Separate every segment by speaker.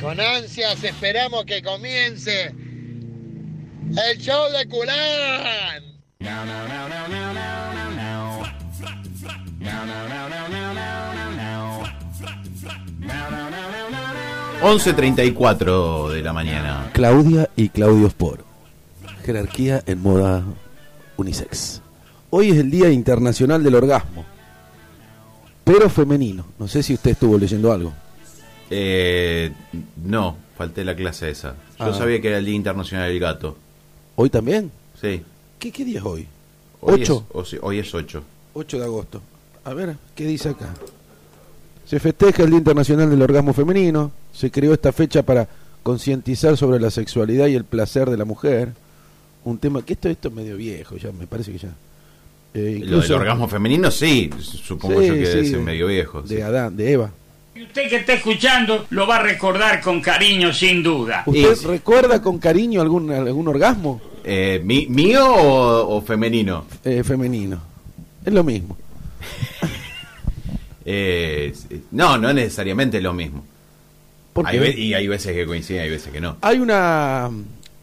Speaker 1: Con ansias esperamos que comience el show de Culán.
Speaker 2: y 11.34 de la
Speaker 3: Ah.
Speaker 2: mañana.
Speaker 3: Claudia y Claudio Spor. Jerarquía en moda unisex. Hoy es el Día Internacional del Orgasmo. Pero femenino. No sé si usted estuvo leyendo algo.
Speaker 2: Eh, no, falté la clase esa. Yo
Speaker 3: Ah.
Speaker 2: sabía que era el Día Internacional del Gato.
Speaker 3: ¿Hoy también?
Speaker 2: Sí.
Speaker 3: ¿Qué, qué día es hoy?
Speaker 2: Hoy
Speaker 3: ¿Ocho?
Speaker 2: Es, o si- hoy es 8.
Speaker 3: 8 de agosto. A ver, ¿qué dice acá? Se festeja el Día Internacional del Orgasmo Femenino. Se creó esta fecha para concientizar sobre la sexualidad y el placer de la mujer. Un tema que esto, esto es medio viejo, ya me parece que ya. Eh,
Speaker 2: Lo del
Speaker 3: incluso-
Speaker 2: orgasmo femenino, sí. Supongo
Speaker 3: Sí,
Speaker 2: yo que
Speaker 3: sí,
Speaker 2: es
Speaker 3: de-
Speaker 2: medio viejo.
Speaker 3: De
Speaker 2: sí.
Speaker 3: Adán, de Eva.
Speaker 4: Y usted que está escuchando lo va a recordar con cariño, sin duda.
Speaker 3: ¿Usted
Speaker 2: sí.
Speaker 3: recuerda con cariño algún, algún orgasmo
Speaker 2: Eh, ¿mí- ¿Mío o, o femenino?
Speaker 3: Eh, femenino? Es lo mismo.
Speaker 2: Eh, sí. no, no necesariamente es lo mismo.
Speaker 3: Porque
Speaker 2: Hay ve- y hay veces que coinciden, hay veces que no.
Speaker 3: hay una.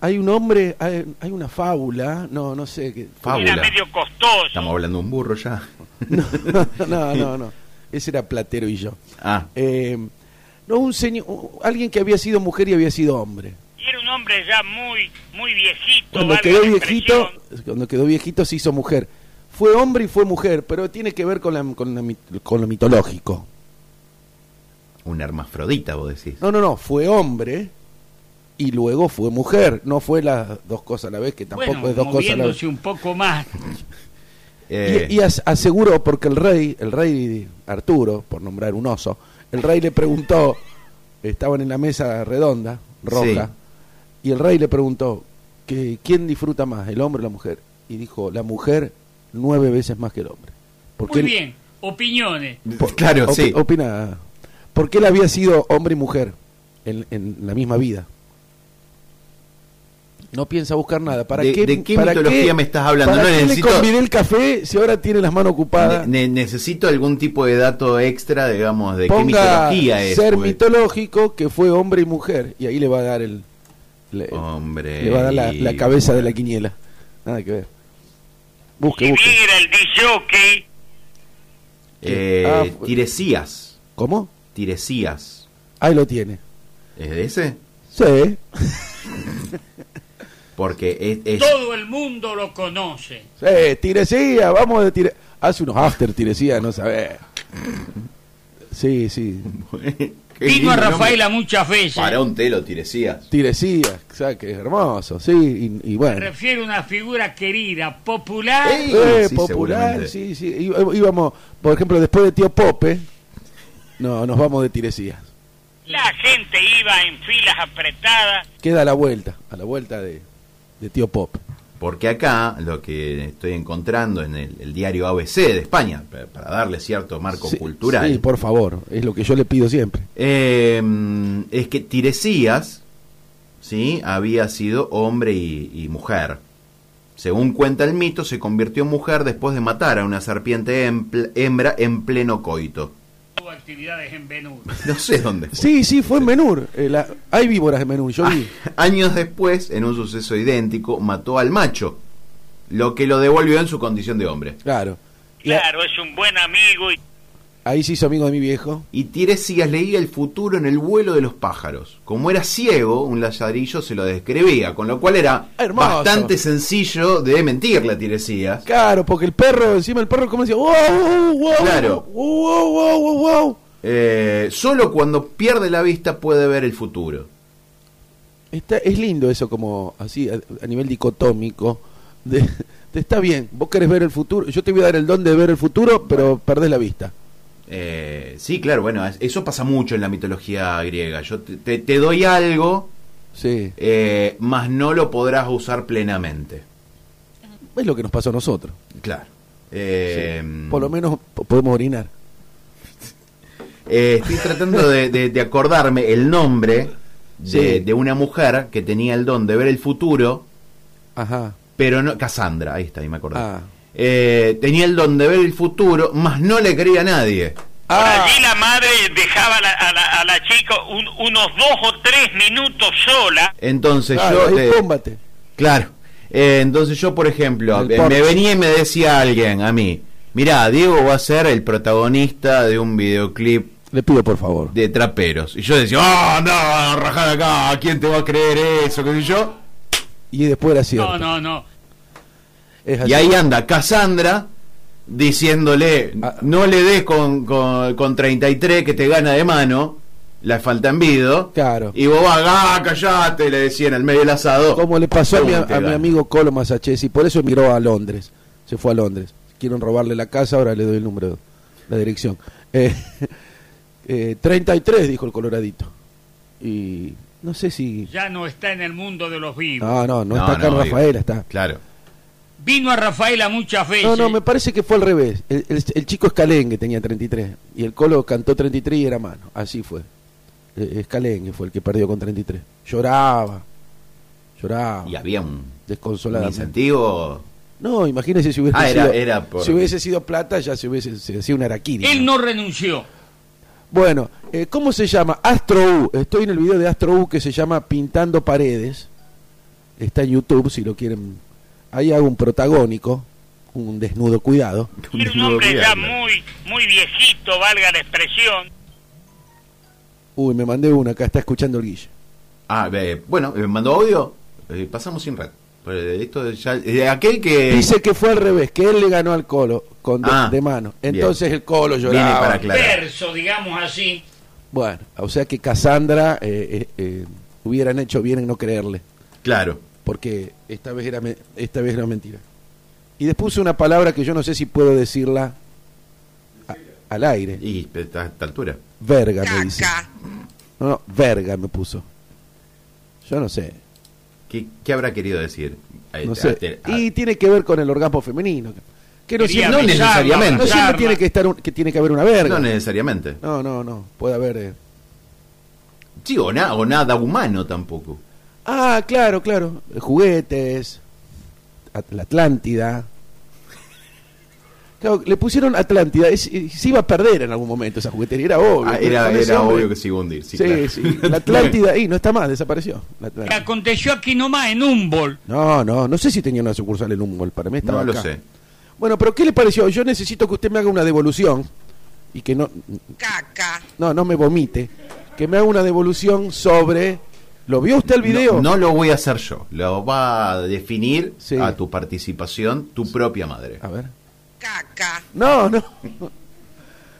Speaker 3: Hay un hombre, hay, hay una fábula, no, no sé qué.
Speaker 2: Fábula.
Speaker 4: Era medio costoso.
Speaker 2: Estamos hablando de un burro ya.
Speaker 3: No, no, no, no. Ese era Platero y yo.
Speaker 2: Ah,
Speaker 3: Eh, no, un señor, alguien que había sido mujer y había sido hombre.
Speaker 4: Y era un hombre ya muy, muy viejito.
Speaker 3: Cuando
Speaker 4: valga
Speaker 3: quedó
Speaker 4: la
Speaker 3: viejito,
Speaker 4: expresión.
Speaker 3: cuando quedó viejito se hizo mujer. Fue hombre y fue mujer, pero tiene que ver con, la- con, la mit- con lo mitológico.
Speaker 2: un hermafrodita, vos decís.
Speaker 3: No, no, no, fue hombre y luego fue mujer. No fue las dos cosas a la vez, que tampoco
Speaker 4: Bueno,
Speaker 3: es dos cosas a la vez.
Speaker 4: moviéndose un poco más.
Speaker 2: Eh,
Speaker 3: Y, y as- aseguró, porque el rey, el rey Arturo, por nombrar un oso, el rey le preguntó, estaban en la mesa redonda, roja,
Speaker 2: Sí.
Speaker 3: y el rey le preguntó, que, ¿quién disfruta más, el hombre o la mujer? Y dijo, la mujer nueve veces más que el hombre. Porque
Speaker 4: Muy
Speaker 3: él-
Speaker 4: bien, opiniones.
Speaker 2: por- claro,
Speaker 3: opi-
Speaker 2: sí.
Speaker 3: Opina, porque él había sido hombre y mujer en, en la misma vida. No piensa buscar nada. ¿Para
Speaker 2: ¿De-
Speaker 3: qué,
Speaker 2: de qué
Speaker 3: para
Speaker 2: mitología me estás hablando?
Speaker 3: ¿Para
Speaker 2: No
Speaker 3: qué
Speaker 2: necesito-
Speaker 3: le convidé el café si ahora tiene las manos ocupadas?
Speaker 2: Ne- ne- necesito algún tipo de dato extra, digamos, de qué
Speaker 3: ponga
Speaker 2: mitología es. pues?
Speaker 3: ser
Speaker 2: porque-
Speaker 3: mitológico que fue hombre y mujer y ahí le va a dar el le,
Speaker 2: Hombre.
Speaker 3: le va a dar la,
Speaker 2: y-
Speaker 3: la cabeza de la quiniela nada que ver busque
Speaker 4: Si
Speaker 3: busque
Speaker 4: viera el disjockey,
Speaker 2: Eh,
Speaker 3: Ah, fu-
Speaker 2: Tiresías.
Speaker 3: cómo
Speaker 2: Tiresías.
Speaker 3: ahí lo tiene
Speaker 2: ¿Es de ese?
Speaker 3: sí
Speaker 2: Porque es. es-
Speaker 4: todo el mundo lo conoce.
Speaker 3: sí tiresía vamos de tire hace unos after tiresía no sabe sí sí
Speaker 2: Qué
Speaker 4: Vino a
Speaker 2: lindo
Speaker 4: Rafaela
Speaker 2: nombre.
Speaker 4: muchas veces.
Speaker 2: Para un telo, Tiresías.
Speaker 3: tiresía exacto, que es hermoso sí y, y
Speaker 4: Se
Speaker 3: bueno
Speaker 4: refiere a una figura querida, popular.
Speaker 2: Ey. Sí,
Speaker 3: Eh,
Speaker 2: sí,
Speaker 3: popular
Speaker 2: seguramente.
Speaker 3: sí sí Í- íbamos por ejemplo después de tío Pope no nos vamos de tiresía
Speaker 4: La gente iba en filas apretadas.
Speaker 3: queda a la vuelta, a la vuelta de, de Tío Pop.
Speaker 2: Porque acá lo que estoy encontrando en el, el diario ABC de España, pa- para darle cierto marco
Speaker 3: Sí,
Speaker 2: cultural,
Speaker 3: Sí, por favor, es lo que yo le pido siempre.
Speaker 2: eh, es que Tiresías ¿sí? había sido hombre y, y mujer. Según cuenta el mito, se convirtió en mujer después de matar a una serpiente hempl- hembra en pleno coito.
Speaker 4: Hubo actividades en Benur.
Speaker 2: No sé dónde fue.
Speaker 3: Sí, sí, fue en Menur. eh, la- hay víboras en Menur, yo
Speaker 2: Ah.
Speaker 3: vi.
Speaker 2: Años después, en un suceso idéntico, mató al macho, lo que lo devolvió en su condición de hombre.
Speaker 3: Claro. Y a-
Speaker 4: Claro, es un buen amigo y
Speaker 3: ahí se hizo amigo de mi viejo.
Speaker 2: Y Tiresias leía el futuro en el vuelo de los pájaros. Como era ciego, un ladrillo se lo describía, con lo cual era
Speaker 3: Hermoso.
Speaker 2: bastante sencillo de mentirle a Tiresías.
Speaker 3: Claro, porque el perro, encima el perro, como decía, wow, wow, wow,
Speaker 2: Claro.
Speaker 3: wow, wow, wow, wow, wow".
Speaker 2: Eh, solo cuando pierde la vista puede ver el futuro.
Speaker 3: Está, es lindo eso, como así, a, a nivel dicotómico. de- de está bien, vos querés ver el futuro, yo te voy a dar el don de ver el futuro, pero perdés la vista.
Speaker 2: Eh, sí, claro, bueno, es- eso pasa mucho en la mitología griega. Yo te, te- te doy algo,
Speaker 3: Sí,
Speaker 2: eh, mas no lo podrás usar plenamente.
Speaker 3: es lo que nos pasó a nosotros.
Speaker 2: Claro. Eh,
Speaker 3: Por lo menos po- podemos orinar.
Speaker 2: Eh, estoy tratando de, de- de acordarme el nombre de,
Speaker 3: Sí.
Speaker 2: de una mujer que tenía el don de ver el futuro,
Speaker 3: Ajá.
Speaker 2: pero no. Cassandra, ahí está, ahí me acordé.
Speaker 3: Ah.
Speaker 2: Eh, tenía el don de ver el futuro, mas no le creía a nadie.
Speaker 5: Por
Speaker 3: Ah.
Speaker 5: allí la madre dejaba a la, a la- a la chica un- unos dos o tres minutos sola.
Speaker 2: Entonces
Speaker 3: Claro,
Speaker 2: yo.
Speaker 3: ahí
Speaker 2: eh,
Speaker 3: cómbate.
Speaker 2: claro. Eh, entonces yo, por ejemplo,
Speaker 3: El
Speaker 2: eh,
Speaker 3: porche.
Speaker 2: me venía y me decía alguien a mí: Mirá, Diego va a ser el protagonista de un videoclip
Speaker 3: Le pido por favor.
Speaker 2: de traperos. Y yo decía: ¡Ah, anda, rajada acá! ¿a ¿Quién te va a creer eso? ¿Qué sé yo?
Speaker 3: Y después era cierto.
Speaker 4: No, no, no.
Speaker 3: Es así.
Speaker 2: Y ahí anda Cassandra diciéndole,
Speaker 3: Ah.
Speaker 2: no le des con, con, con 33 que te gana de mano, la faltan vido.
Speaker 3: Claro.
Speaker 2: Y vos vas, ah, callate, le decía en el medio del asado.
Speaker 3: Como le pasó a mi,
Speaker 2: ¿Cómo
Speaker 3: a
Speaker 2: te
Speaker 3: mi
Speaker 2: gana?
Speaker 3: amigo Colo Masachesi, por eso emigró a Londres. Se fue a Londres. Quieren robarle la casa, ahora le doy el número, la dirección. Eh, eh, 33, dijo el coloradito. Y no sé si...
Speaker 4: Ya no está en el mundo de los vivos.
Speaker 3: No, no, no, está acá en
Speaker 2: digo,
Speaker 3: Rafaela, está...
Speaker 2: Claro.
Speaker 4: Vino a Rafaela muchas veces.
Speaker 3: No, no, me parece que fue al revés. El, el- el chico Escalengue tenía 33 y el Colo cantó 33 y era mano. Así fue. Eh, Escalengue fue el que perdió con 33. Lloraba. Lloraba.
Speaker 2: Y había un, un
Speaker 3: Desconsolada.
Speaker 2: incentivo.
Speaker 3: No, imagínese si hubiese,
Speaker 2: Ah, era-
Speaker 3: sido,
Speaker 2: era por-
Speaker 3: si hubiese sido plata, ya se hubiese se hacía una araquiri.
Speaker 4: Él no renunció.
Speaker 3: Bueno, eh, ¿cómo se llama? Astro U. Estoy en el video de Astro U que se llama Pintando Paredes. Está en YouTube si lo quieren. Ahí hago un protagónico, un desnudo cuidado.
Speaker 5: Era un hombre ya muy, muy viejito, valga la expresión.
Speaker 3: Uy, me mandé una, acá está escuchando el guille.
Speaker 2: Ah, eh, bueno, me mandó audio, eh, pasamos sin red. Pero, eh, Esto ya, eh, aquel que...
Speaker 3: Dice que fue al revés, que él le ganó al Colo con de,
Speaker 2: Ah,
Speaker 3: de mano.
Speaker 2: bien.
Speaker 3: Entonces el Colo
Speaker 2: Viene
Speaker 3: lloraba.
Speaker 2: para aclarar.
Speaker 4: Verso, digamos así.
Speaker 3: Bueno, o sea que Cassandra eh, eh, eh, hubieran hecho bien en no creerle.
Speaker 2: Claro.
Speaker 3: porque esta vez era me- esta vez era mentira. Y después puse una palabra que yo no sé si puedo decirla a- al aire.
Speaker 2: Y eh, a esta altura.
Speaker 3: Verga me dice. No, no, verga me puso. Yo no sé.
Speaker 2: ¿Qué, qué habrá querido decir? Este, Ahí-
Speaker 3: No
Speaker 2: a-
Speaker 3: sé.
Speaker 2: a-
Speaker 3: Y tiene que ver con el orgasmo femenino. Que no
Speaker 4: Quería
Speaker 3: siempre, no
Speaker 4: besarla,
Speaker 2: necesariamente.
Speaker 3: siempre
Speaker 4: abrazarla.
Speaker 3: tiene que estar un- que tiene que haber una verga.
Speaker 2: no necesariamente.
Speaker 3: No, no, no. Puede haber. eh.
Speaker 2: Sí, o, na- o nada humano tampoco.
Speaker 3: Ah, claro, claro. Juguetes. At- la Atlántida. Claro, le pusieron Atlántida. Es- y se iba a perder en algún momento esa juguetería. Era obvio.
Speaker 2: Ah, era
Speaker 3: Con ese
Speaker 2: era
Speaker 3: hombre-
Speaker 2: obvio que se iba a hundir. Sí,
Speaker 3: Sí,
Speaker 2: claro.
Speaker 3: sí. La Atlántida. Y no está más, desapareció. La
Speaker 4: Que
Speaker 3: Atlántida.
Speaker 4: aconteció aquí nomás en Humboldt.
Speaker 3: No, no. No sé si tenía una sucursal en Humboldt. Para mí estaba
Speaker 2: no lo
Speaker 3: acá.
Speaker 2: sé.
Speaker 3: Bueno, pero ¿qué le pareció? Yo necesito que usted me haga una devolución. Y que no.
Speaker 6: Caca.
Speaker 3: No, no me vomite. Que me haga una devolución sobre. ¿Lo vio usted el
Speaker 2: No,
Speaker 3: video?
Speaker 2: no lo voy a hacer yo. Lo va a definir
Speaker 3: Sí. Ah.
Speaker 2: a tu participación tu propia madre.
Speaker 3: A ver.
Speaker 6: Caca.
Speaker 3: No, no.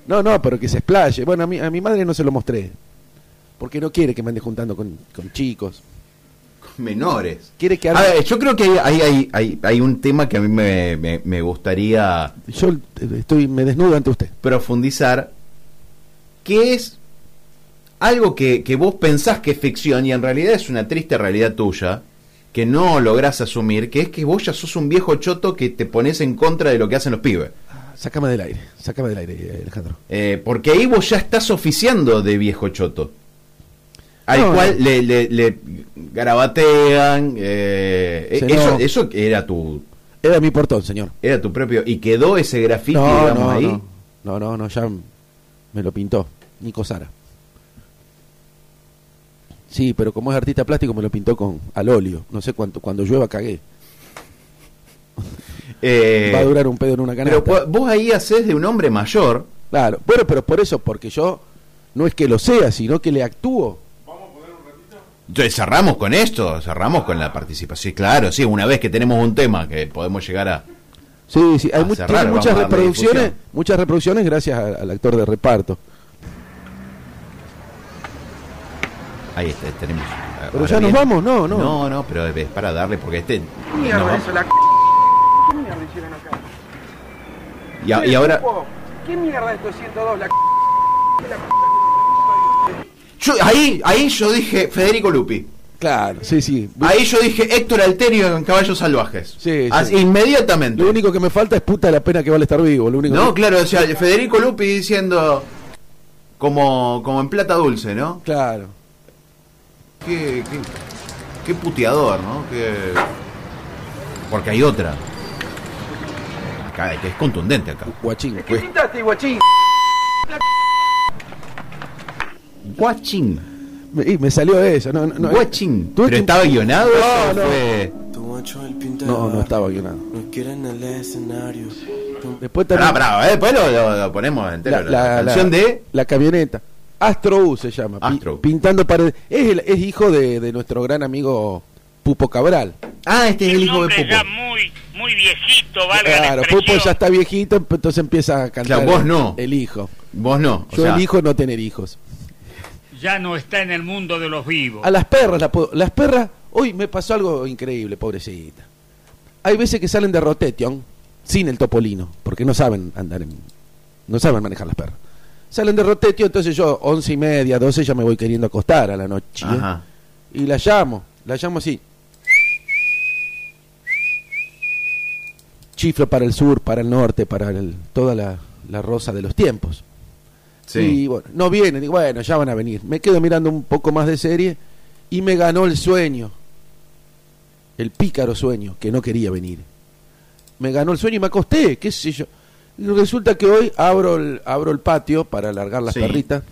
Speaker 3: No, no, pero que se explaye. Bueno, a mi, a mi madre no se lo mostré. Porque no quiere que me ande juntando con, con chicos.
Speaker 2: Menores.
Speaker 3: Quiere que
Speaker 2: A
Speaker 3: arme-
Speaker 2: ver, yo creo que hay, hay, hay- hay- hay un tema que a mí me, me- me gustaría
Speaker 3: Yo eh, estoy, me desnudo ante usted.
Speaker 2: profundizar, que es algo que, que vos pensás que es ficción y en realidad es una triste realidad tuya, que no lográs asumir, que es que vos ya sos un viejo choto que te pones en contra de lo que hacen los pibes.
Speaker 3: Sácame del aire, sácame del aire, eh, Alejandro.
Speaker 2: Eh, porque ahí vos ya estás oficiando de viejo choto. Al
Speaker 3: No,
Speaker 2: cual
Speaker 3: no.
Speaker 2: Le, le- le garabatean. eh,
Speaker 3: Se
Speaker 2: eh, eso,
Speaker 3: no.
Speaker 2: eso era tu
Speaker 3: Era mi portón, señor.
Speaker 2: era tu propio. Y quedó ese grafito,
Speaker 3: No,
Speaker 2: digamos,
Speaker 3: no,
Speaker 2: ahí.
Speaker 3: no, no, no, no, ya me lo pintó Nico Sara. Sí, pero como es artista plástico me lo pintó con al óleo. No sé cuánto, cuando llueva cagué.
Speaker 2: Eh,
Speaker 3: Va a durar un pedo en una canasta.
Speaker 2: pero vo- vos ahí haces de un hombre mayor.
Speaker 3: Claro, bueno, pero por eso, porque yo no es que lo sea, sino que le actúo.
Speaker 2: Entonces, cerramos con esto, cerramos con la participación. Sí, claro, sí, una vez que tenemos un tema que podemos llegar a.
Speaker 3: Sí, sí, hay
Speaker 2: Ah,
Speaker 3: mu-
Speaker 2: cerrar,
Speaker 3: tiene
Speaker 2: vamos
Speaker 3: muchas
Speaker 2: a darle
Speaker 3: reproducciones,
Speaker 2: difusión.
Speaker 3: muchas reproducciones gracias a- al actor de reparto.
Speaker 2: Ahí está, tenemos.
Speaker 3: Pero
Speaker 2: ahora
Speaker 3: ya nos
Speaker 2: viene.
Speaker 3: vamos, no, no.
Speaker 2: No, no, pero es para darle, porque este. no.
Speaker 7: mierda hizo la c... ¿Qué mierda hicieron acá?
Speaker 2: Y, a- y ahora.
Speaker 7: ¿Qué mierda esto 102 la c...
Speaker 2: Yo, ahí, ahí yo dije Federico Lupi.
Speaker 3: Claro, sí, sí.
Speaker 2: Ahí yo dije Héctor Alterio en Caballos Salvajes.
Speaker 3: Sí, sí.
Speaker 2: Así, inmediatamente.
Speaker 3: Lo único que me falta es puta la pena que vale estar vivo, lo único.
Speaker 2: No,
Speaker 3: que-
Speaker 2: claro, o sea, Federico Lupi diciendo como, como en plata dulce, ¿no?
Speaker 3: claro.
Speaker 2: Qué, qué, qué puteador, ¿no? Qué- Porque hay otra. Acá, que es contundente acá.
Speaker 3: Guachín. pues.
Speaker 7: ¿Qué pintaste, guachín? La c...
Speaker 2: Guachín.
Speaker 3: Me- Y me salió eso. No, no, no,
Speaker 2: Guachín.
Speaker 3: Tuve
Speaker 2: ¿Pero
Speaker 3: que-
Speaker 2: estaba guionado
Speaker 3: No,
Speaker 2: eso?
Speaker 3: no.
Speaker 2: Fue-
Speaker 3: No, no estaba guionado.
Speaker 8: No quieren el escenario.
Speaker 3: Después
Speaker 2: Pará,
Speaker 3: también.
Speaker 2: pará, eh, después lo, lo- lo ponemos entero.
Speaker 3: la,
Speaker 2: La,
Speaker 3: la- la-
Speaker 2: canción de...
Speaker 3: la camioneta. Astro U se llama. Pi-
Speaker 2: Astro U.
Speaker 3: Pintando paredes. Es, el- es hijo de, de nuestro gran amigo Pupo Cabral.
Speaker 2: Ah, este es el
Speaker 5: un
Speaker 2: hijo de
Speaker 5: hombre
Speaker 2: Pupo.
Speaker 5: ya muy, muy viejito, valga
Speaker 3: claro,
Speaker 5: la
Speaker 3: Pupo
Speaker 5: expresión.
Speaker 3: ya está viejito, p- entonces empieza a cantar.
Speaker 2: Claro, vos
Speaker 3: el-
Speaker 2: no.
Speaker 3: El hijo.
Speaker 2: Vos no. o
Speaker 3: Yo
Speaker 2: sea,
Speaker 3: elijo no tener hijos.
Speaker 4: Ya no está en el mundo de los vivos.
Speaker 3: A las perras, la puedo- las perras, hoy me pasó algo increíble, pobrecita. Hay veces que salen de Rotetion sin el topolino, porque no saben andar en. No saben manejar las perras. Salen de Rotetion, entonces yo, once y media, doce, ya me voy queriendo acostar a la noche. ¿eh?
Speaker 2: Ajá.
Speaker 3: Y la llamo, la llamo así. Chiflo para el sur, para el norte, para el- toda la- la rosa de los tiempos. Y
Speaker 2: Sí.
Speaker 3: bueno, no viene, digo, bueno, ya van a venir. Me quedo mirando un poco más de serie y me ganó el sueño. El pícaro sueño, que no quería venir. Me ganó el sueño y me acosté, qué sé yo. Y resulta que hoy abro el, abro el patio para alargar las
Speaker 2: Sí.
Speaker 3: perritas.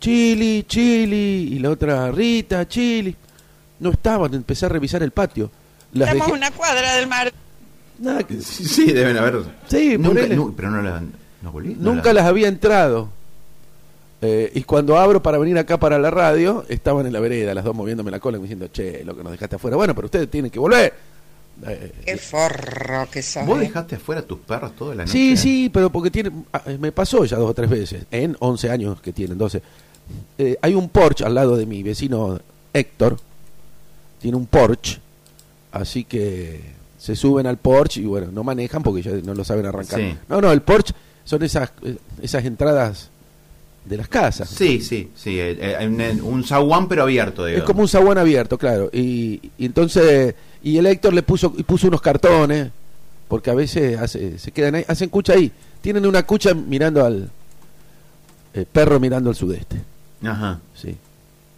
Speaker 3: Chili, chili, y la otra Rita, chili. No estaban, empecé a revisar el patio. Las
Speaker 6: Estamos a
Speaker 3: dejé-
Speaker 6: una cuadra del mar.
Speaker 3: Nada que-
Speaker 2: Sí, sí, deben haber...
Speaker 3: Sí,
Speaker 2: nunca,
Speaker 3: ponele.
Speaker 2: nu- pero no la... No volví, no
Speaker 3: Nunca
Speaker 2: la-
Speaker 3: las había entrado. Eh, y cuando abro para venir acá para la radio, estaban en la vereda, las dos moviéndome la cola, y diciendo, che, lo que nos dejaste afuera. Bueno, pero ustedes tienen que volver. Eh,
Speaker 6: Qué forro que sos.
Speaker 2: ¿Vos
Speaker 6: eh.
Speaker 2: dejaste afuera a tus perros toda la noche?
Speaker 3: sí, sí, pero porque tiene. ah, eh, me pasó ya dos o tres veces, en 11 años que tienen, 12. Eh, hay un Porsche al lado de mi vecino Héctor. Tiene un Porsche. Así que se suben al Porsche y bueno, no manejan porque ya no lo saben arrancar.
Speaker 2: Sí.
Speaker 3: No, no, el Porsche son esas, eh, esas entradas de las casas.
Speaker 2: Sí, sí, sí. eh, eh, un, un zaguán pero abierto,
Speaker 3: Es
Speaker 2: digamos.
Speaker 3: como un sabón abierto, claro. Y, y entonces, y el Héctor le puso, y puso unos cartones, porque a veces hace- se quedan ahí, hacen cucha ahí. Tienen una cucha mirando al eh, perro mirando al sudeste.
Speaker 2: Ajá.
Speaker 3: Sí.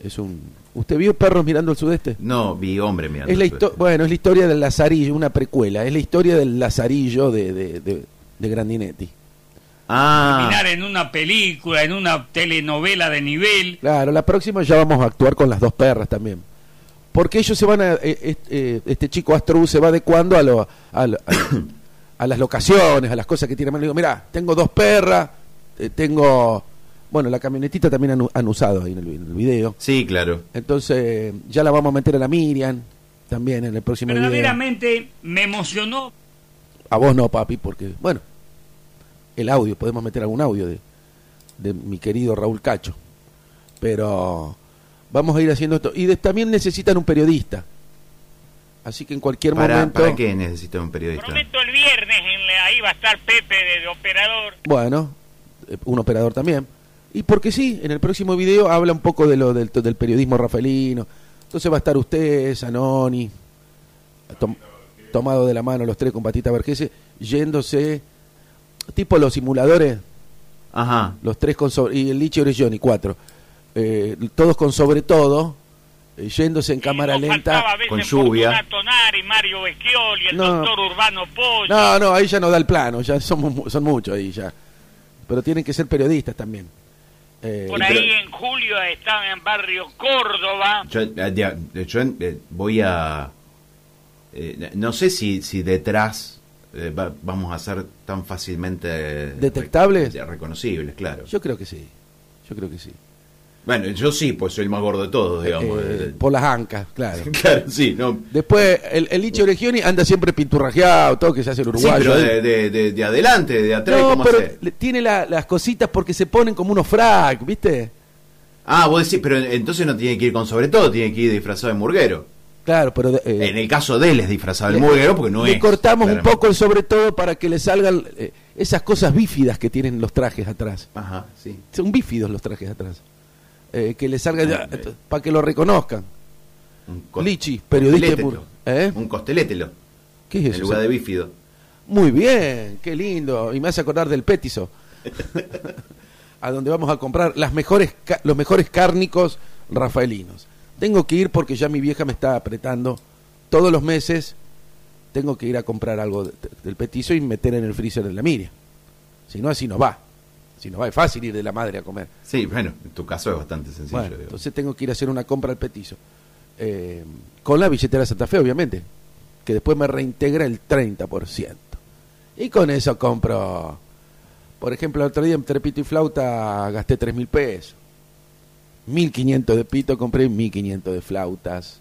Speaker 3: Es un. ¿Usted vio perros mirando al sudeste?
Speaker 2: No, vi hombre mirando.
Speaker 3: Es la
Speaker 2: el
Speaker 3: histo-
Speaker 2: suéter.
Speaker 3: bueno, es la historia del Lazarillo, una precuela. Es la historia del Lazarillo de, de, de- de Grandinetti.
Speaker 2: Ah,
Speaker 4: Terminar en una película, en una telenovela de nivel.
Speaker 3: Claro, la próxima ya vamos a actuar con las dos perras también. Porque ellos se van a. eh, est- eh, este chico Astru se va adecuando a, lo- a, lo- a- a las locaciones, a las cosas que tiene mano. Le digo, mirá, tengo dos perras, eh, tengo. Bueno, la camionetita también han, u- han usado ahí en el, vi- en el video.
Speaker 2: sí, claro.
Speaker 3: Entonces, ya la vamos a meter a la Miriam también en el próximo video.
Speaker 4: Verdaderamente me emocionó
Speaker 3: A vos no, papi, porque. Bueno, el audio, podemos meter algún audio de, de mi querido Raúl Cacho. Pero vamos a ir haciendo esto. Y de- también necesitan un periodista. Así que en cualquier
Speaker 2: ¿Para,
Speaker 3: momento.
Speaker 2: ¿Para qué necesita un periodista?
Speaker 5: Prometo el viernes, en la- ahí va a estar Pepe de, de operador.
Speaker 3: Bueno, eh, un operador también. Y porque sí, en el próximo video habla un poco de lo del, del periodismo rafaelino. Entonces va a estar usted, Zanoni, tom- tomado de la mano los tres con Patita Vergese, yéndose, tipo los simuladores
Speaker 2: Ajá.
Speaker 3: los tres con sobre, y el Lichi Orelloni, cuatro. Eh, todos con sobre todo, eh, yéndose en cámara
Speaker 5: Y no faltaba
Speaker 3: lenta.
Speaker 5: a veces
Speaker 2: con lluvia.
Speaker 5: Fortunato Nari, Mario Vecchioli, el
Speaker 3: No.
Speaker 5: doctor Urbano Pollo.
Speaker 3: No, no, ahí ya no da el plano, ya somos, mu- son muchos ahí ya. Pero tienen que ser periodistas también. Eh,
Speaker 5: Por
Speaker 2: Y
Speaker 5: ahí
Speaker 2: pero-
Speaker 5: en julio estaba en barrio Córdoba.
Speaker 2: Yo, eh, de- yo, eh, voy a... eh, no sé si, si detrás eh, va- vamos a ser tan fácilmente... rec-
Speaker 3: ¿Detectables?
Speaker 2: eh, reconocibles, claro.
Speaker 3: Yo creo que sí, yo creo que sí.
Speaker 2: bueno, yo sí, pues soy el más gordo de todos, digamos.
Speaker 3: Eh, por las ancas, claro.
Speaker 2: Claro, sí, no.
Speaker 3: Después, el, el Lichi Orelloni anda siempre pinturrajeado, todo que se hace el
Speaker 2: Sí,
Speaker 3: uruguayo.
Speaker 2: pero de,
Speaker 3: él-
Speaker 2: de- de- de adelante, de atrás,
Speaker 3: no,
Speaker 2: ¿cómo
Speaker 3: pero
Speaker 2: hace?
Speaker 3: le- tiene la- las cositas porque se ponen como unos frac, ¿viste?
Speaker 2: Ah, vos decís, pero entonces no tiene que ir con sobre todo, tiene que ir disfrazado de murguero.
Speaker 3: Claro, pero... de- eh,
Speaker 2: En el caso de él es disfrazado de
Speaker 3: Le-
Speaker 2: murguero porque no
Speaker 3: le
Speaker 2: es.
Speaker 3: cortamos
Speaker 2: claramente.
Speaker 3: un poco el sobre todo para que le salgan eh, esas cosas bífidas que tienen los trajes atrás.
Speaker 2: Ajá, sí.
Speaker 3: Son bífidos los trajes atrás. Eh, que le salga
Speaker 2: Ah, eh.
Speaker 3: para que lo reconozcan.
Speaker 2: Un
Speaker 3: Lichi, periodista de
Speaker 2: costelételo.
Speaker 3: pur- ¿Eh?
Speaker 2: Un costelételo.
Speaker 3: ¿Qué es
Speaker 2: en
Speaker 3: eso?
Speaker 2: lugar de bífido.
Speaker 3: Muy bien, qué lindo. Y me hace acordar del Petiso. a donde vamos a comprar las mejores ca- los mejores cárnicos rafaelinos. Tengo que ir porque ya mi vieja me está apretando. Todos los meses tengo que ir a comprar algo de- del Petiso y meter en el freezer de la Miria. Si no, así no va. Si no va, es fácil ir de la madre a comer.
Speaker 2: Sí, bueno, en tu caso es bastante sencillo.
Speaker 3: bueno,
Speaker 2: digo.
Speaker 3: entonces tengo que ir a hacer una compra al petizo. Eh, con la billetera de Santa Fe, obviamente. Que después me reintegra el 30%. Y con eso compro. Por ejemplo, el otro día en Trepito y Flauta gasté 3 mil pesos. 1500 de pito compré, 1500 de flautas.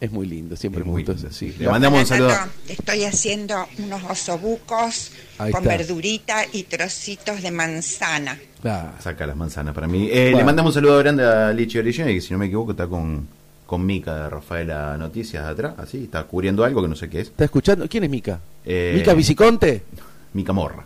Speaker 3: Es muy lindo, siempre
Speaker 2: Es
Speaker 3: me
Speaker 2: muy
Speaker 3: gustó.
Speaker 2: lindo,
Speaker 3: eso, sí.
Speaker 2: Le mandamos un saludo.
Speaker 6: Fernando, Estoy haciendo unos osobucos
Speaker 3: Ahí
Speaker 6: con
Speaker 3: está.
Speaker 6: verdurita y trocitos de manzana.
Speaker 3: Ah,
Speaker 2: Saca las manzanas para mí. Eh, Le
Speaker 3: Bueno.
Speaker 2: mandamos un saludo grande a Lichi Orellana, que si no me equivoco está con, con Mica de Rafaela Noticias atrás, así, está cubriendo algo que no sé qué es.
Speaker 3: ¿Está escuchando? ¿Quién es Mica?
Speaker 2: Eh,
Speaker 3: ¿Mica Viciconte?
Speaker 2: Mica Morra.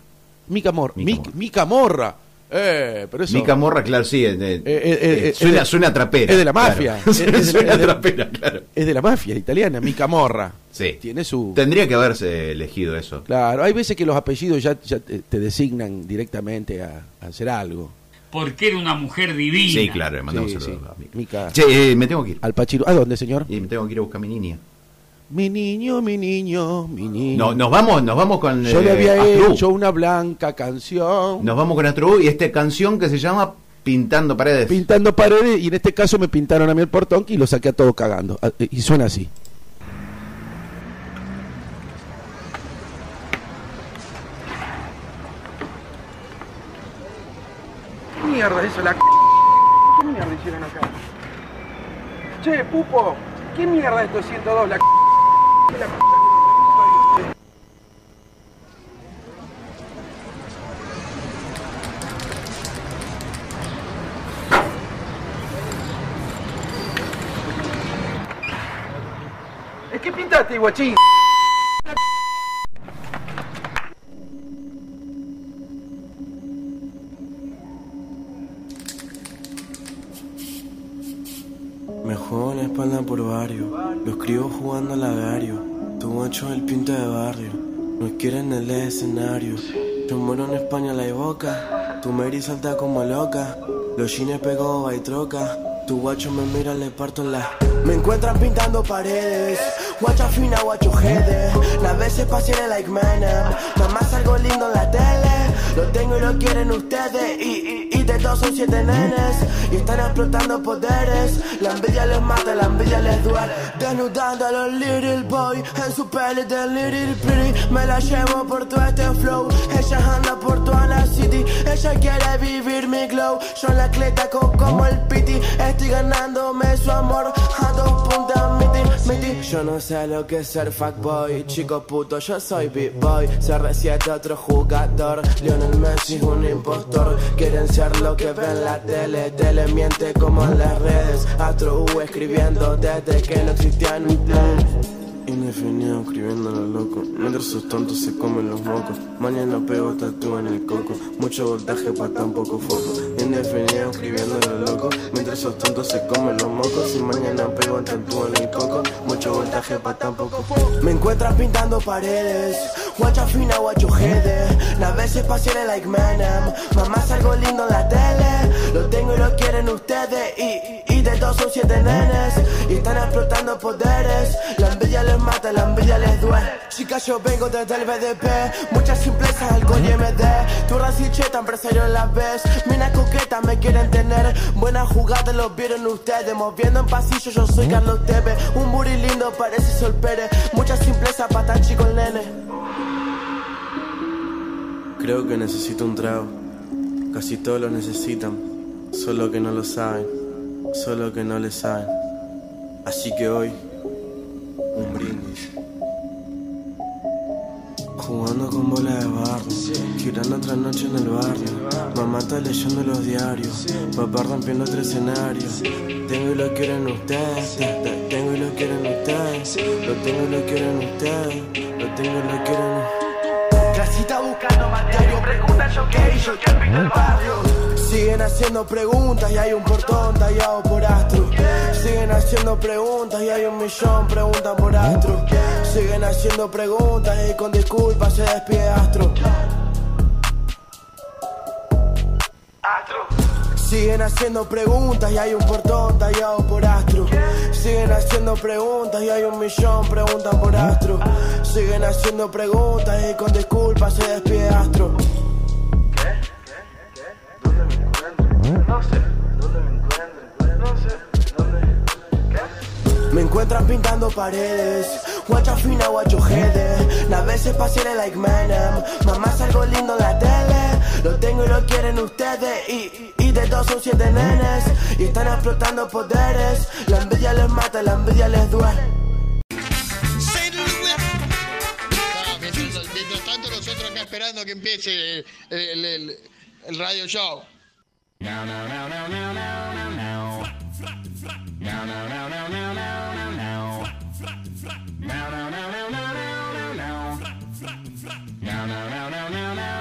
Speaker 3: Mica Morra.
Speaker 2: Mica
Speaker 3: Mica,
Speaker 2: Morra.
Speaker 3: Mica Morra. Eh, pero eso.
Speaker 2: Mica Morra, claro, sí. eh, eh,
Speaker 3: eh,
Speaker 2: eh,
Speaker 3: eh,
Speaker 2: suena,
Speaker 3: eh,
Speaker 2: suena trapera.
Speaker 3: es de la
Speaker 2: claro.
Speaker 3: mafia. Es- es de la-
Speaker 2: suena
Speaker 3: es de-
Speaker 2: trapera, claro.
Speaker 3: es de la mafia italiana, Mica Morra.
Speaker 2: Sí.
Speaker 3: Tiene su.
Speaker 2: Tendría que haberse elegido eso.
Speaker 3: Claro, hay veces que los apellidos ya, ya te, te designan directamente a, a hacer algo.
Speaker 4: Porque era una mujer divina.
Speaker 2: Sí, claro, le mandamos
Speaker 3: Sí,
Speaker 2: un saludo
Speaker 3: sí.
Speaker 2: a Mica.
Speaker 3: Mica.
Speaker 2: Che, eh, me tengo que ir.
Speaker 3: Al Pachiro. ¿A dónde, señor?
Speaker 2: Y me tengo que ir a buscar a mi niña.
Speaker 3: Mi niño, mi niño, mi niño.
Speaker 2: No, nos vamos, nos vamos con.
Speaker 3: Yo le
Speaker 2: eh,
Speaker 3: había
Speaker 2: Astru.
Speaker 3: hecho una blanca canción.
Speaker 2: Nos vamos con Astro y esta canción que se llama Pintando Paredes.
Speaker 3: Pintando paredes, y en este caso me pintaron a mí el portón y lo saqué a todo cagando. Ah, Y suena así.
Speaker 7: ¿Qué mierda es eso, la c... ¿Qué mierda hicieron acá? Che, pupo, ¿qué mierda es 202, la c... de la p- que lo parió? Es que pintaste, guachín.
Speaker 8: Me juego la espalda por barrio, los críos jugando al agario, tu macho el pinta de barrio, nos quieren en el escenario, yo muero en España la boca, tu Mary salta como loca, los jeans pegados y troca, tu guacho me mira, le parto en la... Me encuentran pintando paredes, guacha fina, guacho jede, las veces pasé like manam, nada más algo lindo en la tele, lo tengo y lo quieren ustedes, y, y, y de todos son siete nenes, y están explotando poderes, la envidia les mata, la envidia les duele, desnudando a los little boy, en su peli de little pretty, me la llevo por todo este flow, ella anda por toda la city, ella quiere vivir mi glow, yo en la cleta co- como el piti, estoy ganándome su amor, a dos puntas miti, miti, yo no sé lo que es ser fuckboy, chico puto, yo soy big boy, CR7 otro jugador, Lionel Messi es un impostor, quieren ser lo que ven la tele, tele miente como en las redes, Astro U escribiendo desde que no existían ustedes. Indefinido escribiendo lo loco, mientras sus tontos se comen los mocos. Mañana pego tatúa en el coco, mucho voltaje para tan poco foco. Indefinido escribiendo lo loco, mientras sus tontos se comen los mocos. Y mañana pego tatúa en el coco, mucho voltaje para tan poco foco. Me encuentras pintando paredes, guacha fina, guacho jede. Las veces pasé like manam, mamá algo lindo en la tele. Lo tengo y lo quieren ustedes, y, y, y de todos son siete nenes. Y están explotando poderes, la envidia les mata, la envidia les duele. Chicas, yo vengo desde el BDP, mucha simpleza, alcohol y MD. Tu raza y cheta, empresario en la vez. Mina coqueta, me quieren tener. Buena jugada, lo vieron ustedes. Moviendo en pasillo, yo soy Carlos Tevez. Un buri lindo, parece Sol Pérez. Mucha simpleza para tan chico el nene. Creo que necesito un trago. Casi todos lo necesitan, solo que no lo saben, solo que no le saben. Así que hoy, un brindis. Jugando con bola de barro, girando otra noche en el barrio. Mamá está leyendo los diarios, papá rompiendo otro escenario. Tengo y lo quieren ustedes, te- te- tengo y lo quieren ustedes, lo tengo y lo quieren ustedes, lo tengo y lo quieren ustedes. Casita buscando material, pregunta yo qué yo que pinto el barrio. Siguen haciendo preguntas y hay un portón tallado por Astro. Siguen haciendo preguntas y hay un millón preguntas por Astro. Siguen haciendo preguntas y con disculpas se despide Astro. Siguen haciendo preguntas y hay un portón tallado por Astro. Siguen haciendo preguntas y hay un millón preguntas por Astro. Siguen haciendo preguntas y con disculpas se despide Astro.
Speaker 7: No sé dónde me encuentro. No sé dónde.
Speaker 8: Me encuentran pintando paredes, guacha fina, guacho jede. Las veces pasearé like Manem, mamá salgo lindo en la tele. Lo tengo y lo quieren ustedes, y, y de dos son siete nenes. Y están explotando poderes, la envidia les mata, la envidia les duele.
Speaker 1: No, mientras, mientras tanto nosotros acá esperando que empiece el, el- el- el radio show.
Speaker 2: Hola.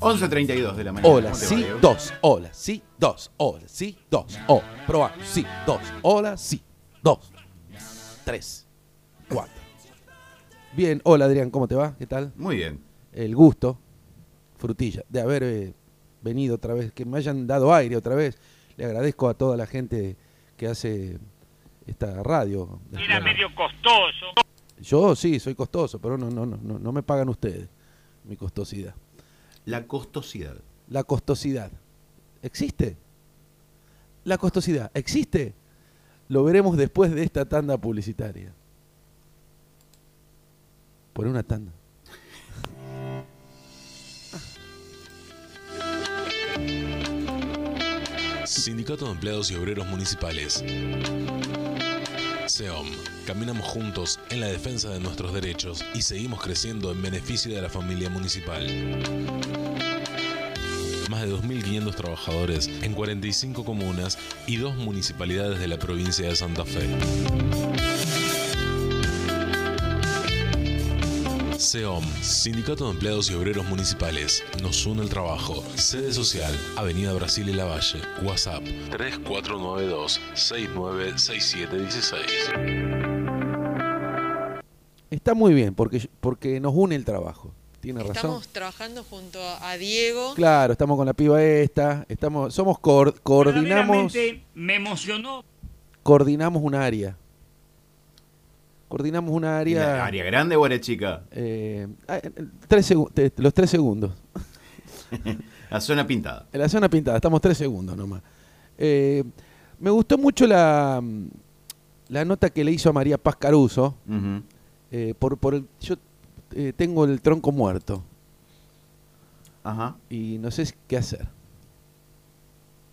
Speaker 2: 11.32 de la mañana.
Speaker 3: Hola,
Speaker 2: ¿Cómo te va,
Speaker 3: sí,
Speaker 2: Diego?
Speaker 3: dos. Hola, sí, dos. Hola, sí, dos. O. Proba. Sí, dos. Hola, sí, dos. Tres. Cuatro. Bien, hola Adrián, ¿cómo te va? ¿Qué tal?
Speaker 2: Muy bien.
Speaker 3: El gusto, frutilla, de haber eh, venido otra vez, que me hayan dado aire otra vez. Le agradezco a toda la gente que hace esta radio.
Speaker 5: Era medio costoso.
Speaker 3: Yo sí, soy costoso, pero no, no, no, no, no me pagan ustedes mi costosidad.
Speaker 2: La costosidad.
Speaker 3: La costosidad. ¿Existe? La costosidad. ¿Existe? Lo veremos después de esta tanda publicitaria. Por una tanda.
Speaker 9: Sindicato de Empleados y Obreros Municipales. SEOM. Caminamos juntos en la defensa de nuestros derechos y seguimos creciendo en beneficio de la familia municipal. Más de 2.500 trabajadores en 45 comunas y dos municipalidades de la provincia de Santa Fe. SEOM, Sindicato de Empleados y Obreros Municipales. Nos une el trabajo. Sede social, Avenida Brasil y Lavalle. WhatsApp 3492-696716.
Speaker 3: Está muy bien, porque, porque nos une el trabajo. Tiene razón.
Speaker 10: Estamos trabajando junto a Diego.
Speaker 3: Claro, estamos con la piba esta. Estamos, somos coor- coordinamos,
Speaker 4: Verdaderamente Me emocionó.
Speaker 3: coordinamos un área. Coordinamos un
Speaker 2: ¿La
Speaker 3: área.
Speaker 2: área grande o área chica?
Speaker 3: eh, ah, eh, tres segu- te- los tres segundos.
Speaker 2: La zona pintada.
Speaker 3: En la zona pintada, estamos tres segundos nomás. Eh, me gustó mucho la, la nota que le hizo a María Paz Caruso.
Speaker 2: Ujú.
Speaker 3: eh, por, por el, yo eh, tengo el tronco muerto
Speaker 2: Ajá.
Speaker 3: y no sé qué hacer.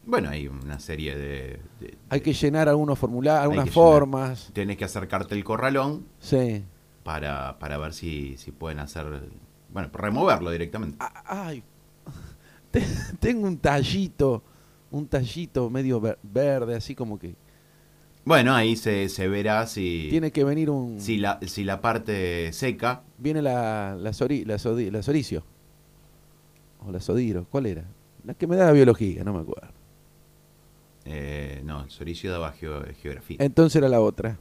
Speaker 2: Bueno, hay una serie de... de-
Speaker 3: Hay que llenar algunos formularios,
Speaker 2: hay que
Speaker 3: algunas
Speaker 2: llenar.
Speaker 3: formas.
Speaker 2: Tenés que acercarte el corralón
Speaker 3: Sí.
Speaker 2: para, para ver si, si pueden hacer... Bueno, removerlo directamente.
Speaker 3: Ah, Ay, te- tengo un tallito, un tallito medio ver- verde, así como que
Speaker 2: Bueno, ahí se, se verá si...
Speaker 3: tiene que venir un...
Speaker 2: si la, si la parte seca,
Speaker 3: Viene la, la, Sori- la, Sodi- la Soricio. O la Sodiro, ¿cuál era? La que me daba biología, no me acuerdo.
Speaker 2: eh, no, el soricio daba geo- geografía.
Speaker 3: Entonces era la otra,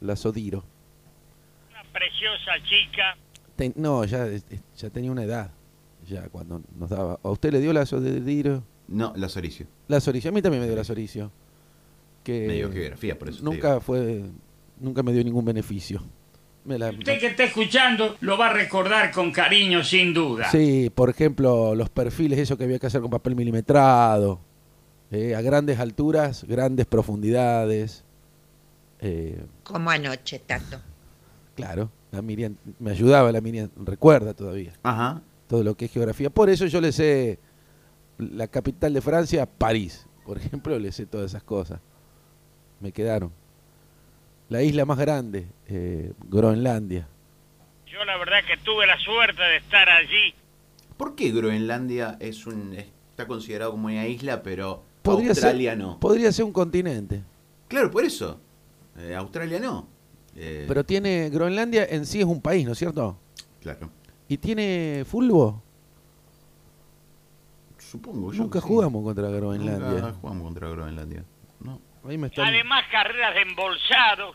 Speaker 3: la Sodiro.
Speaker 5: Una preciosa chica.
Speaker 3: Ten- no, ya, eh, ya tenía una edad, ya cuando nos daba. ¿A usted le dio la Sodiro?
Speaker 2: No, la soricio.
Speaker 3: La Soricio, a mí también me dio la Soricio. Que
Speaker 2: Me dio geografía, por eso te
Speaker 3: Eh, Nunca
Speaker 2: digo.
Speaker 3: fue, nunca me dio ningún beneficio. Me la-
Speaker 4: Usted que está escuchando lo va a recordar con cariño, sin duda.
Speaker 3: Sí, por ejemplo, los perfiles, eso que había que hacer con papel milimetrado, eh, a grandes alturas, grandes profundidades. Eh,
Speaker 6: Como anoche, Tato.
Speaker 3: claro, la Miriam me ayudaba, la Miriam recuerda todavía
Speaker 2: Ajá.
Speaker 3: todo lo que es geografía. Por eso yo le sé la capital de Francia, París, por ejemplo, le sé todas esas cosas. Me quedaron. La isla más grande, eh, Groenlandia.
Speaker 5: Yo la verdad que tuve la suerte de estar allí.
Speaker 2: ¿Por qué Groenlandia es un está considerado como una isla, pero
Speaker 3: Podría ser-
Speaker 2: Australia no?
Speaker 3: Podría ser un continente.
Speaker 2: Claro, por eso. Eh, Australia no. Eh,
Speaker 3: Pero tiene. Groenlandia en sí es un país, ¿no es cierto?
Speaker 2: claro.
Speaker 3: ¿Y tiene fulbo?
Speaker 2: Supongo yo.
Speaker 3: Nunca
Speaker 2: que sí.
Speaker 3: jugamos contra
Speaker 2: Nunca
Speaker 3: Groenlandia.
Speaker 2: jugamos contra Groenlandia. No.
Speaker 3: Ahí me están-
Speaker 5: Además, carreras de embolsado.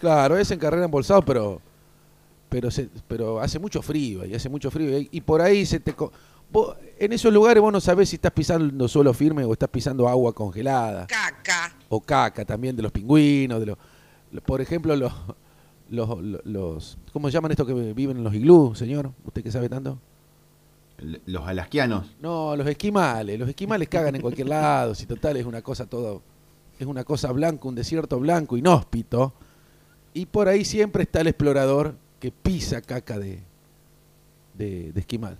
Speaker 3: Claro, es en carrera embolsado, pero pero se- pero hace mucho frío y hace mucho frío y, y por ahí se te co- vos- en esos lugares vos no sabés si estás pisando suelo firme o estás pisando agua congelada
Speaker 6: Caca.
Speaker 3: o caca también de los pingüinos, de los lo- por ejemplo los los, los- los- ¿cómo se llaman estos que viven en los iglú, señor? ¿Usted que sabe tanto?
Speaker 2: L- Los alasquianos.
Speaker 3: No, los esquimales. Los esquimales cagan en cualquier lado. Si total es una cosa todo. Es una cosa blanca, un desierto blanco, inhóspito. Y por ahí siempre está el explorador que pisa caca de, de, de esquimal.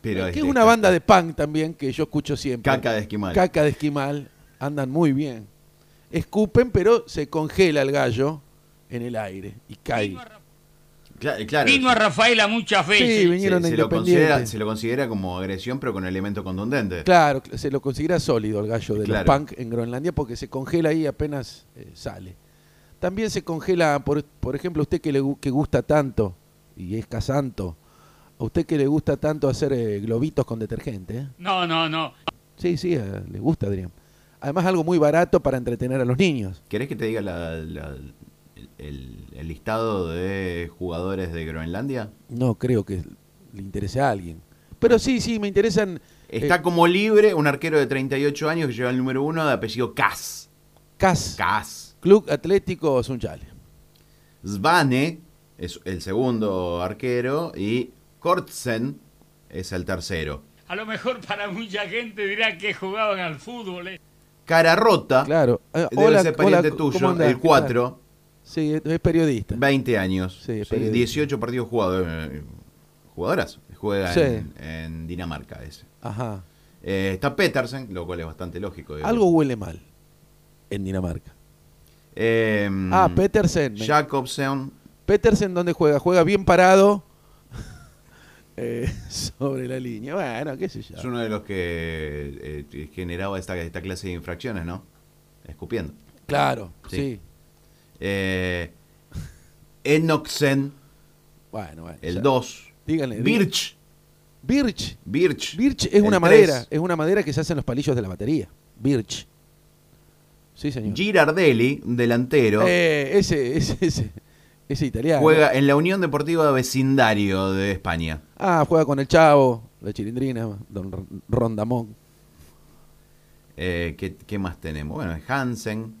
Speaker 2: Pero
Speaker 3: que
Speaker 2: este,
Speaker 3: es una banda de punk también que yo escucho siempre.
Speaker 2: Caca de esquimal.
Speaker 3: Caca de esquimal. Andan muy bien. Escupen, pero se congela el gallo en el aire y cae.
Speaker 2: Cla- eh, claro,
Speaker 4: Vino a Rafaela muchas veces.
Speaker 3: Sí, vinieron
Speaker 2: se, se
Speaker 3: de
Speaker 2: lo
Speaker 3: Independiente.
Speaker 2: considera, se lo considera como agresión, pero con elemento contundente.
Speaker 3: Claro, cl- se lo considera sólido el gallo de
Speaker 2: Claro.
Speaker 3: los punk en Groenlandia porque se congela ahí apenas eh, sale. También se congela, por, por ejemplo, a usted que le gu- que gusta tanto y es casanto, a usted que le gusta tanto hacer eh, globitos con detergente. ¿eh?
Speaker 4: No, no, no.
Speaker 3: Sí, sí, eh, le gusta, Adrián. Además, algo muy barato para entretener a los niños.
Speaker 2: ¿Querés que te diga la- la- el, el- el listado de jugadores de Groenlandia?
Speaker 3: No creo que le interese a alguien. Pero sí, sí, me interesan
Speaker 2: Está
Speaker 3: Eh.
Speaker 2: como libre un arquero de 38 años que lleva el número uno de apellido Kass.
Speaker 3: CAS,
Speaker 2: Kass.
Speaker 3: Club Atlético Sunchale.
Speaker 2: Svane es el segundo arquero y Kortsen es el tercero.
Speaker 4: A lo mejor para mucha gente dirá que jugaban al fútbol. eh.
Speaker 2: Cara rota,
Speaker 3: Claro. Eh,
Speaker 2: debe
Speaker 3: hola,
Speaker 2: ser
Speaker 3: hola,
Speaker 2: pariente
Speaker 3: ¿cómo
Speaker 2: tuyo,
Speaker 3: andás?
Speaker 2: el
Speaker 3: ¿Qué tal?
Speaker 2: 4,
Speaker 3: Sí, es- es periodista.
Speaker 2: 20 años,
Speaker 3: Sí,
Speaker 2: sí,
Speaker 3: periodista.
Speaker 2: 18 partidos jugados, eh, jugadoras, juega
Speaker 3: Sí.
Speaker 2: en, en Dinamarca ese.
Speaker 3: Ajá.
Speaker 2: Eh, está Petersen, lo cual es bastante lógico. digamos.
Speaker 3: Eh, Algo huele mal en Dinamarca.
Speaker 2: Eh,
Speaker 3: Ah, Petersen. me-
Speaker 2: Jacobsen,
Speaker 3: Petersen, ¿dónde juega? Juega bien parado eh, sobre la línea. Bueno, qué sé yo.
Speaker 2: Es uno de los que eh, generaba esta, esta clase de infracciones, ¿no? Escupiendo.
Speaker 3: Claro, sí.
Speaker 2: Sí. Eh, Enoxen,
Speaker 3: Bueno, bueno. ya.
Speaker 2: el 2.
Speaker 3: Díganle. díganle.
Speaker 2: Birch.
Speaker 3: Birch.
Speaker 2: Birch.
Speaker 3: Birch es
Speaker 2: el
Speaker 3: una
Speaker 2: tres.
Speaker 3: madera. Es una madera que se hace en los palillos de la batería. Birch. Sí, señor.
Speaker 2: Girardelli, un delantero.
Speaker 3: Eh, ese, ese, ese. Ese italiano.
Speaker 2: Juega en la Unión Deportiva Vecindario de España.
Speaker 3: Ah, juega con el Chavo, la Chilindrina, Don R- Rondamón.
Speaker 2: Eh, ¿qué, qué más tenemos? Bueno, Hansen.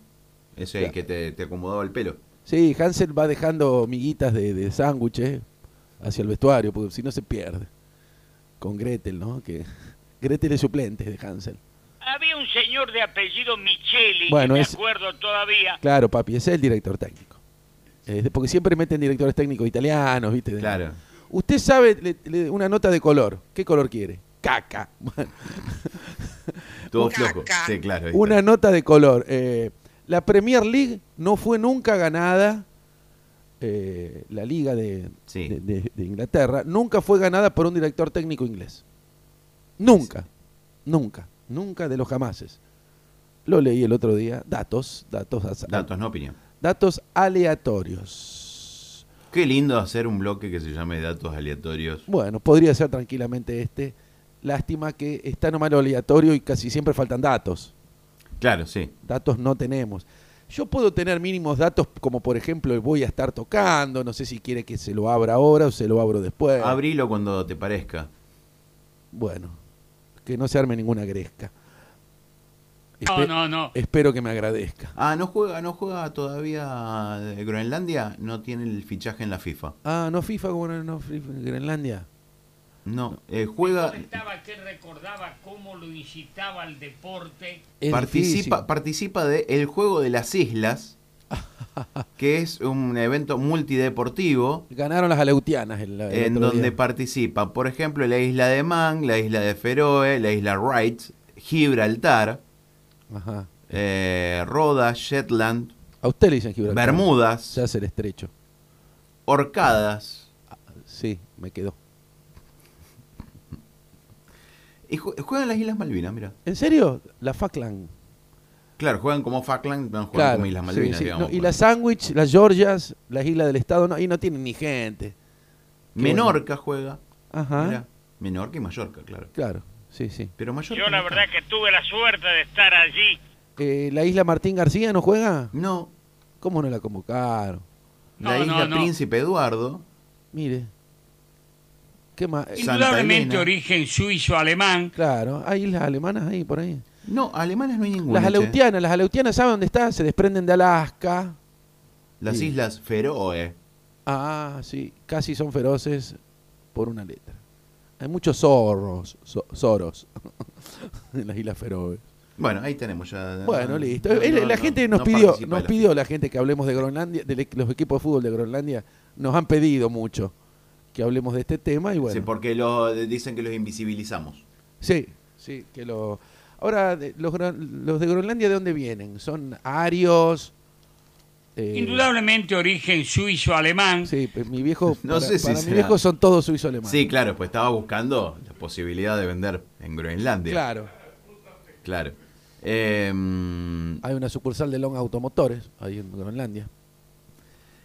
Speaker 2: Ese es el que te, te acomodaba el pelo.
Speaker 3: Sí, Hansel va dejando miguitas de, de sándwiches hacia el vestuario, porque si no se pierde. Con Gretel, ¿no? Que Gretel es suplente de Hansel.
Speaker 5: Había un señor de apellido Micheli,
Speaker 3: Bueno,
Speaker 5: que me
Speaker 3: es-
Speaker 5: acuerdo todavía.
Speaker 3: Claro, papi, ese es el director técnico. Eh, porque siempre meten directores técnicos italianos, ¿viste? De-
Speaker 2: Claro.
Speaker 3: Usted sabe le- le- una nota de color. ¿Qué color quiere? Caca. Bueno,
Speaker 2: Estuvo flojo.
Speaker 6: Caca.
Speaker 2: Sí, claro. ahí
Speaker 3: Una
Speaker 2: está.
Speaker 3: nota de color. Eh, la Premier League no fue nunca ganada, eh, la liga de,
Speaker 2: Sí.
Speaker 3: de- de- de Inglaterra, nunca fue ganada por un director técnico inglés. Nunca, nunca, nunca de los jamases. Lo leí el otro día. Datos, datos, as-
Speaker 2: Datos, no opinión.
Speaker 3: datos aleatorios.
Speaker 2: Qué lindo hacer un bloque que se llame Datos Aleatorios.
Speaker 3: Bueno, podría ser tranquilamente este. Lástima que está nomás lo aleatorio y casi siempre faltan datos.
Speaker 2: Claro, sí.
Speaker 3: datos no tenemos. Yo puedo tener mínimos datos como por ejemplo el voy a estar tocando, no sé si quiere que se lo abra ahora o se lo abro después.
Speaker 2: Abrilo cuando te parezca.
Speaker 3: Bueno, que no se arme ninguna gresca.
Speaker 4: No,
Speaker 3: Espe-
Speaker 4: no, no.
Speaker 3: Espero que me agradezca.
Speaker 2: Ah, no juega, no juega todavía de Groenlandia, no tiene el fichaje en la FIFA.
Speaker 3: Ah, no FIFA como no, no FIFA en Groenlandia.
Speaker 2: No, eh, juega
Speaker 4: Estaba que recordaba cómo lo incitaba al deporte.
Speaker 3: Es
Speaker 2: participa
Speaker 3: difícil.
Speaker 2: participa de El juego de las islas, que es un evento multideportivo
Speaker 3: Ganaron las aleutianas en la
Speaker 2: en donde participa, por ejemplo, la isla de Man, la isla de Feroe, la isla Wright, Gibraltar,
Speaker 3: Ajá.
Speaker 2: eh, Roda, Shetland,
Speaker 3: A usted le dicen Gibraltar. Se
Speaker 2: Bermudas,
Speaker 3: hace el estrecho.
Speaker 2: Orcadas.
Speaker 3: Sí, me quedó.
Speaker 2: Y ju- juegan las Islas Malvinas, mira.
Speaker 3: ¿En serio? La Falkland.
Speaker 2: Claro, juegan como Falkland, no juegan como Islas
Speaker 3: sí,
Speaker 2: Malvinas,
Speaker 3: sí.
Speaker 2: digamos.
Speaker 3: No, y las sándwich, las Georgias, las islas del Estado, no, ahí no tienen ni gente.
Speaker 2: Menorca juega.
Speaker 3: Ajá.
Speaker 2: Mirá, Menorca y Mallorca, claro.
Speaker 3: Claro, sí, sí.
Speaker 2: Pero Mallorca.
Speaker 5: Yo la
Speaker 2: no está.
Speaker 5: verdad que tuve la suerte de estar allí.
Speaker 3: Eh, ¿La isla Martín García no juega?
Speaker 2: No.
Speaker 3: ¿Cómo no la convocaron?
Speaker 2: La
Speaker 4: No, no,
Speaker 2: isla
Speaker 4: no.
Speaker 2: Príncipe Eduardo.
Speaker 3: Mire. ¿Qué más? Eh,
Speaker 2: Sa-
Speaker 4: Indudablemente
Speaker 2: Elena.
Speaker 4: origen suizo-alemán.
Speaker 3: Claro, hay islas alemanas ahí, por ahí.
Speaker 2: No, alemanas no hay ninguna.
Speaker 3: Las
Speaker 2: che.
Speaker 3: aleutianas, las aleutianas, ¿saben dónde están? Se desprenden de Alaska.
Speaker 2: Las
Speaker 3: Sí.
Speaker 2: islas Feroe.
Speaker 3: Ah, sí, casi son feroces por una letra. Hay muchos zorros, zo- zoros en las Islas Feroe.
Speaker 2: Bueno, ahí tenemos ya.
Speaker 3: Bueno, listo.
Speaker 2: No,
Speaker 3: Eh,
Speaker 2: no,
Speaker 3: la
Speaker 2: no,
Speaker 3: gente
Speaker 2: no
Speaker 3: nos pidió,
Speaker 2: participa
Speaker 3: nos
Speaker 2: de la-
Speaker 3: pidió la gente que hablemos de Groenlandia, de los equipos de fútbol de Groenlandia, nos han pedido mucho que hablemos de este tema y bueno.
Speaker 2: Sí, porque lo, dicen que los invisibilizamos.
Speaker 3: Sí, sí, que lo. Ahora, de- los, gran- los de Groenlandia, ¿de dónde vienen? ¿Son arios? Eh,
Speaker 4: Indudablemente origen suizo-alemán.
Speaker 3: Sí, pues mi viejo.
Speaker 2: No
Speaker 3: para,
Speaker 2: sé si
Speaker 3: para mi
Speaker 2: será.
Speaker 3: viejo son todos suizo-alemanes.
Speaker 2: Sí, claro, pues estaba buscando la posibilidad de vender en Groenlandia.
Speaker 3: Claro.
Speaker 2: Claro. Em,
Speaker 3: Hay una sucursal de Long Automotores ahí en Groenlandia.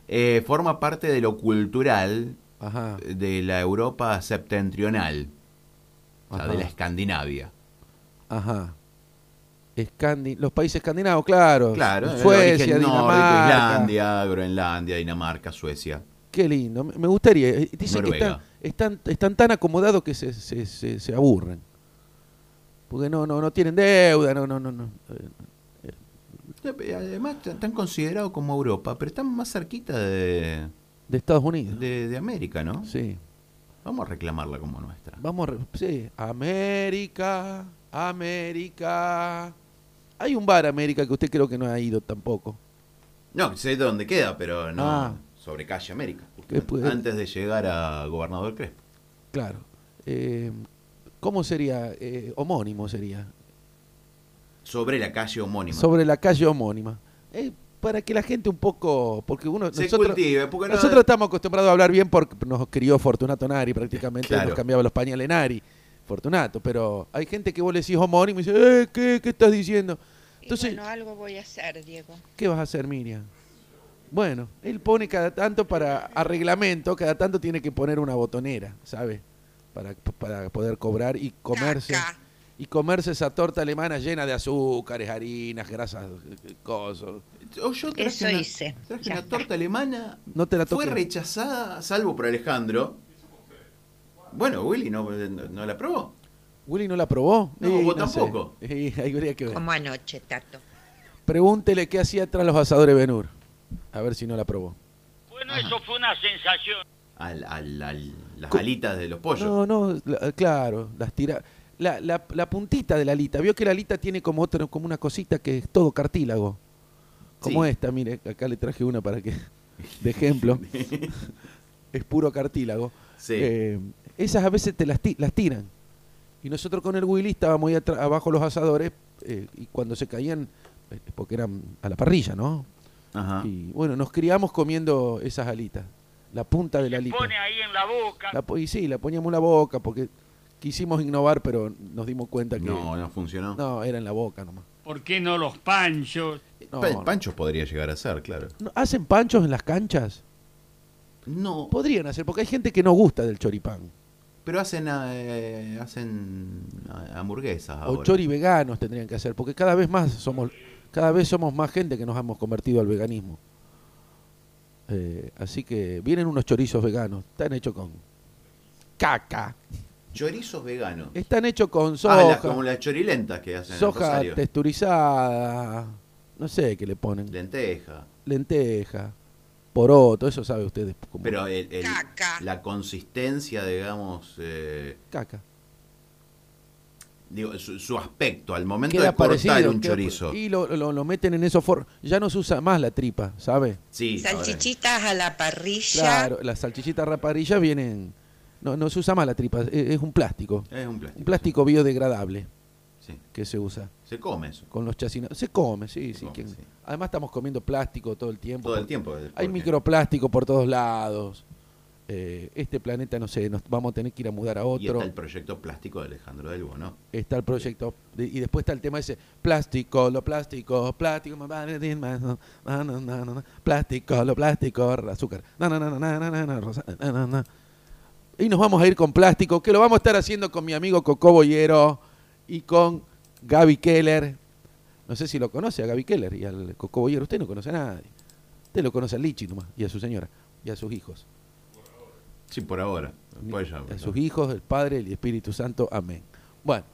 Speaker 2: eh, forma parte de lo cultural
Speaker 3: Ajá.
Speaker 2: de la Europa septentrional, o sea,
Speaker 3: Ajá.
Speaker 2: de la Escandinavia.
Speaker 3: Ajá. Escandi- los países escandinavos, claro.
Speaker 2: Claro, el origen
Speaker 3: Suecia,
Speaker 2: nórdico,
Speaker 3: Dinamarca.
Speaker 2: Islandia, Groenlandia, Dinamarca, Suecia.
Speaker 3: Qué lindo, me me gustaría. Eh, Dicen que
Speaker 2: Noruega.
Speaker 3: están, están, están tan acomodados que se, se, se, se aburren. Porque no, no, no tienen deuda, no, no, no, no. Eh,
Speaker 2: Además, están considerados como Europa, pero están más cerquita de,
Speaker 3: De Estados Unidos.
Speaker 2: de, de América, ¿no?
Speaker 3: Sí.
Speaker 2: Vamos a reclamarla como nuestra.
Speaker 3: Vamos, a re- sí, América, América. Hay un bar América que usted creo que no ha ido tampoco.
Speaker 2: No, sé dónde queda, pero no.
Speaker 3: Ah.
Speaker 2: Sobre calle América.
Speaker 3: Que puede-
Speaker 2: Antes de llegar a Gobernador Crespo.
Speaker 3: Claro. Eh, ¿Cómo sería? Eh, homónimo sería.
Speaker 2: Sobre la calle homónima.
Speaker 3: Sobre la calle homónima. Eh, para que la gente un poco, porque uno
Speaker 2: Se
Speaker 3: nosotros,
Speaker 2: cultive, porque no-
Speaker 3: nosotros estamos acostumbrados a hablar bien porque nos crió Fortunato Nari prácticamente,
Speaker 2: Claro.
Speaker 3: nos cambiaba los pañales Nari, Fortunato, pero hay gente que vos le decís homónimo y dice, eh, ¿qué, qué estás diciendo? Entonces,
Speaker 6: bueno, algo voy a hacer, Diego.
Speaker 3: ¿Qué vas a hacer, Miriam? Bueno, él pone cada tanto para a reglamento, cada tanto tiene que poner una botonera, ¿sabe? Para, para poder cobrar y comerse
Speaker 6: Caca.
Speaker 3: y comerse esa torta alemana llena de azúcares, harinas, grasas, eh, cosas.
Speaker 2: O yo traje
Speaker 6: Eso
Speaker 2: una,
Speaker 6: hice.
Speaker 2: traje
Speaker 6: Ya
Speaker 2: una
Speaker 6: está.
Speaker 2: torta alemana.
Speaker 3: No te la
Speaker 2: Fue
Speaker 3: toques.
Speaker 2: rechazada, salvo por Alejandro. Bueno, Willy no, no- no la probó.
Speaker 3: Willy no la probó.
Speaker 2: No, vos tampoco.
Speaker 3: sé. Eh, ahí habría que ver.
Speaker 6: Como anoche, Tato.
Speaker 3: Pregúntele qué hacía tras los asadores Benur. A ver si no la probó.
Speaker 5: Bueno, eso fue una sensación.
Speaker 2: Al, al- al- las
Speaker 3: Co-
Speaker 2: alitas de los pollos.
Speaker 3: No, no, la- claro, las tira. La, la- la puntita de la alita. Vio que la alita tiene como otra, como una cosita que es todo cartílago. Como
Speaker 2: Sí.
Speaker 3: esta, mire, acá le traje una para que. De ejemplo. es puro cartílago.
Speaker 2: Sí.
Speaker 3: Eh, esas a veces te las, ti- las tiran. Y nosotros con el Willy estábamos ahí atra- abajo los asadores eh, y cuando se caían, eh, porque eran a la parrilla, ¿no?
Speaker 2: Ajá.
Speaker 3: Y bueno, nos criamos comiendo esas alitas. La punta de la alita.
Speaker 5: Pone ahí en la boca.
Speaker 3: La po- y sí, la poníamos en la boca porque quisimos innovar, pero nos dimos cuenta que
Speaker 2: No, no funcionó.
Speaker 3: No, era en la boca nomás.
Speaker 4: ¿Por qué no los panchos?
Speaker 3: No,
Speaker 2: Pa-
Speaker 3: no.
Speaker 2: Panchos podría llegar a ser, claro.
Speaker 3: No, ¿Hacen panchos en las canchas?
Speaker 2: No,
Speaker 3: Podrían hacer, porque hay gente que no gusta del choripán.
Speaker 2: pero hacen eh, hacen eh, hamburguesas
Speaker 3: O
Speaker 2: ahora.
Speaker 3: chori veganos tendrían que hacer, porque cada vez más somos, cada vez somos más gente que nos hemos convertido al veganismo. Eh, así que vienen unos chorizos veganos, están hechos con caca,
Speaker 2: Chorizos veganos.
Speaker 3: están hechos con
Speaker 2: Ah, las-
Speaker 3: Eh, soja,
Speaker 2: como las chorilentas que hacen en
Speaker 3: soja
Speaker 2: Rosario.
Speaker 3: texturizada, no sé qué le ponen.
Speaker 2: Lenteja.
Speaker 3: lenteja, poroto, eso sabe ustedes. como
Speaker 2: Pero el- el-
Speaker 6: Caca.
Speaker 2: la consistencia, digamos, eh,
Speaker 3: caca.
Speaker 2: digo, su, su aspecto al momento
Speaker 3: Queda
Speaker 2: de cortar
Speaker 3: parecido,
Speaker 2: un
Speaker 3: queda-
Speaker 2: chorizo.
Speaker 3: Y lo, lo- lo meten en esos fornos. Ya no se usa más la tripa, ¿sabe?
Speaker 2: Sí, ahora-
Speaker 6: Salchichitas a la parrilla.
Speaker 3: Claro, las salchichitas raparilla vienen. No, no se usa más la tripa, es, es un plástico.
Speaker 2: es un plástico.
Speaker 3: Un plástico biodegradable
Speaker 2: sí.
Speaker 3: que se usa
Speaker 2: Se come eso.
Speaker 3: con los chacinados. Se come, sí, sí.
Speaker 2: come,
Speaker 3: ¿quién?
Speaker 2: sí.
Speaker 3: Además, estamos comiendo plástico todo el tiempo.
Speaker 2: Todo el
Speaker 3: porque
Speaker 2: tiempo. eh, porque-
Speaker 3: Hay microplástico por todos lados. Eh, este planeta, no sé, nos vamos a tener que ir a mudar a otro.
Speaker 2: Y está el proyecto plástico de Alejandro del Bono.
Speaker 3: está el proyecto de- y después está el tema ese plástico lo plástico plástico ma- ma- ma- ma- ma- ma- ma- ma- plástico lo plástico azúcar na- na- na- na- na- na- na- na- rosa- na- na- na. y nos vamos a ir con plástico que lo vamos a estar haciendo con mi amigo Coco Boyero y con Gaby Keller no sé si lo conoce a Gaby Keller y al Coco Boyero usted no conoce a nadie usted lo conoce a Lichi nomás y a su señora y a sus hijos
Speaker 2: Sí, por ahora. Después ya-
Speaker 3: a sus hijos, el Padre, el Espíritu Santo. Amén. Bueno,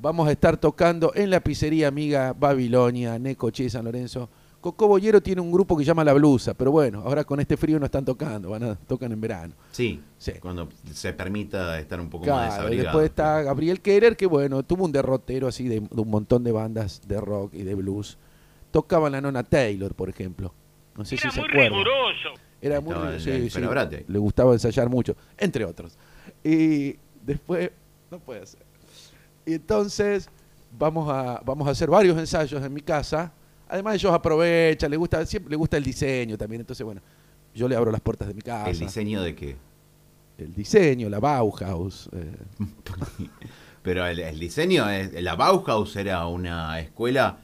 Speaker 3: vamos a estar tocando en la pizzería amiga Babilonia, Necoche San Lorenzo, Coco Bollero tiene un grupo que llama La Blusa, pero bueno, ahora con este frío no están tocando, van a tocan en verano.
Speaker 2: Sí, cuando se permita estar un poco más
Speaker 3: Claro, y
Speaker 2: desabrigado.
Speaker 3: después está Gabriel Querer, que bueno, tuvo un derrotero así de, de un montón de bandas de rock y de blues. Tocaban la nona Taylor, por ejemplo. No sé si se acuerdan. Era muy
Speaker 2: Estaba en
Speaker 3: sí,
Speaker 2: el
Speaker 3: sí,
Speaker 2: Perabrate.
Speaker 3: Le gustaba ensayar mucho, entre otros. Y después, no puede ser. Y entonces vamos a, vamos a hacer varios ensayos en mi casa. Además ellos aprovechan, les gusta, siempre les gusta el diseño también. Entonces, bueno, yo le abro las puertas de mi casa.
Speaker 2: ¿El diseño de qué?
Speaker 3: El diseño, la Bauhaus. eh,
Speaker 2: Pero el, el diseño, es, la Bauhaus era una escuela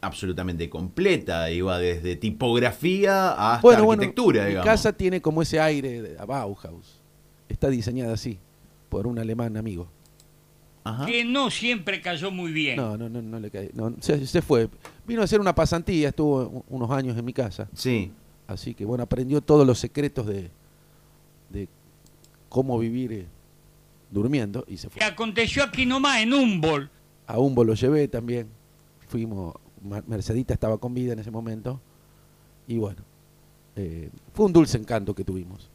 Speaker 2: absolutamente completa, iba desde tipografía hasta arquitectura,
Speaker 3: mi
Speaker 2: digamos.
Speaker 3: casa tiene como ese aire de a Bauhaus. Está diseñada así, por un alemán amigo.
Speaker 4: Que no siempre cayó muy bien.
Speaker 3: ¿Ah? No, no, no, no le cae. no, se, se fue. Vino a hacer una pasantía, estuvo u- unos años en mi casa.
Speaker 2: Sí.
Speaker 3: Así que bueno, aprendió todos los secretos de, de cómo vivir eh, durmiendo y se fue.
Speaker 4: Que aconteció aquí nomás en Humboldt.
Speaker 3: A Humbo lo llevé también. Fuimos, Mar- Mercedita estaba con vida en ese momento. Y bueno, eh, fue un dulce encanto que tuvimos.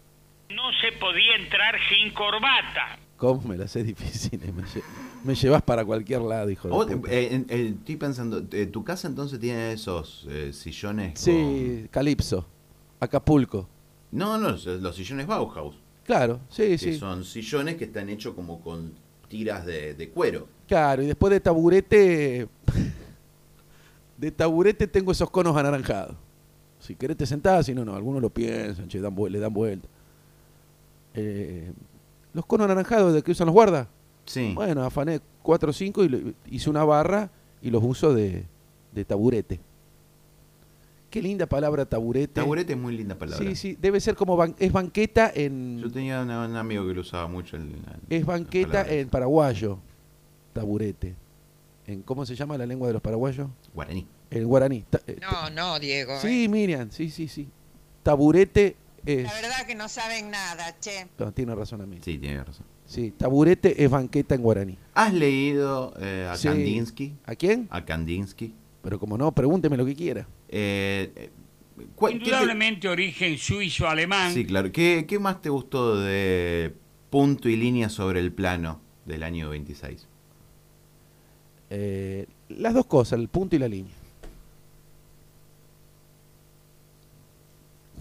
Speaker 5: No se podía entrar sin corbata.
Speaker 3: ¿Cómo me la sé difícil? Me, lle- me llevas para cualquier lado, hijo
Speaker 2: O-
Speaker 3: de puta.
Speaker 2: eh, en- eh, estoy pensando, eh, ¿tu casa entonces tiene esos eh, sillones?
Speaker 3: Sí, Calipso, Acapulco.
Speaker 2: con- No, no, los los sillones Bauhaus.
Speaker 3: Claro, sí,
Speaker 2: que
Speaker 3: sí.
Speaker 2: Son sillones que están hechos como con tiras de, de cuero.
Speaker 3: Claro, y después de taburete. De taburete tengo esos conos anaranjados. Si querés te sentás, si no, no. Algunos lo piensan, che, dan, vuel- le dan vuelta. Eh, los conos anaranjados de que usan los guardas.
Speaker 2: Sí.
Speaker 3: Bueno, afané 4 o 5 y lo- hice una barra y los uso de, de taburete. Qué linda palabra taburete.
Speaker 2: Taburete es muy linda palabra.
Speaker 3: Este, Sí, sí, debe ser como ban- es banqueta en
Speaker 2: Yo tenía una- un amigo que lo usaba mucho. el-
Speaker 3: es banqueta
Speaker 2: palabras.
Speaker 3: en paraguayo. Taburete. En cómo se llama la lengua de los paraguayos?
Speaker 2: Guaraní.
Speaker 3: El guaraní. Ta- eh,
Speaker 6: No, no, Diego. eh.
Speaker 3: sí, pues. Miriam, sí, sí, sí. Taburete es
Speaker 6: La verdad que no saben nada, che.
Speaker 3: no, tiene razón a mí.
Speaker 2: Sí, tiene razón.
Speaker 3: Sí, taburete es banqueta en guaraní.
Speaker 2: ¿Has leído eh, a
Speaker 3: Sí.
Speaker 2: Kandinsky? Ah.
Speaker 3: ¿A quién?
Speaker 2: A Kandinsky.
Speaker 3: Pero como no, pregúnteme lo que quiera.
Speaker 2: Eh, eh, ¿cuál- qué te-
Speaker 4: Indudablemente origen suizo-alemán.
Speaker 2: sí, claro. ¿Qué, qué más te gustó de Punto y Línea sobre el Plano del año 26?
Speaker 3: Eh, las dos cosas, el punto y la línea.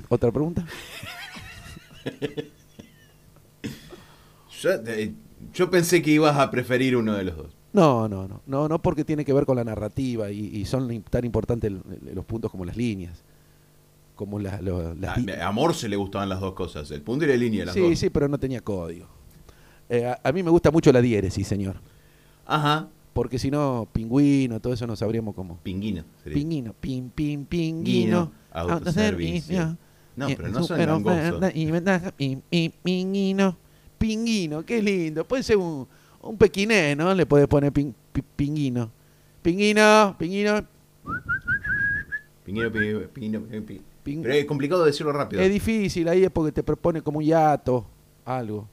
Speaker 3: ¿Otra pregunta?
Speaker 2: Yo, eh, yo pensé que ibas a preferir uno de los dos.
Speaker 3: No, no, no, no, no porque tiene que ver con la narrativa y, y son im- tan importantes el- el- los puntos como las líneas, como la- lo- las
Speaker 2: A,
Speaker 3: di-
Speaker 2: a Morse le gustaban las dos cosas, el punto y la línea. Las
Speaker 3: Sí,
Speaker 2: dos.
Speaker 3: sí, pero no tenía código. Eh, a, a mí me gusta mucho la diéresis, señor,
Speaker 2: Ajá.
Speaker 3: porque si no, pingüino, todo eso no sabríamos cómo.
Speaker 2: Pinguino. sería.
Speaker 3: Pinguino, pin, pin, Ah, pinguino,
Speaker 2: autoservicio. No, pero no son
Speaker 3: Eh, Pero
Speaker 2: gangosos.
Speaker 3: verdad y ventaja, pin, pin, Pinguino, pinguino, qué lindo. Puede ser un, un pequiné, ¿no? Le puedes poner pin- pi- pinguino. Pinguino, pinguino,
Speaker 2: Pinguino, pinguino, pinguino, pinguino, pinguino.
Speaker 3: Ping-
Speaker 2: Pero es complicado decirlo rápido.
Speaker 3: Es difícil, ahí es porque te propone como un hiato, algo.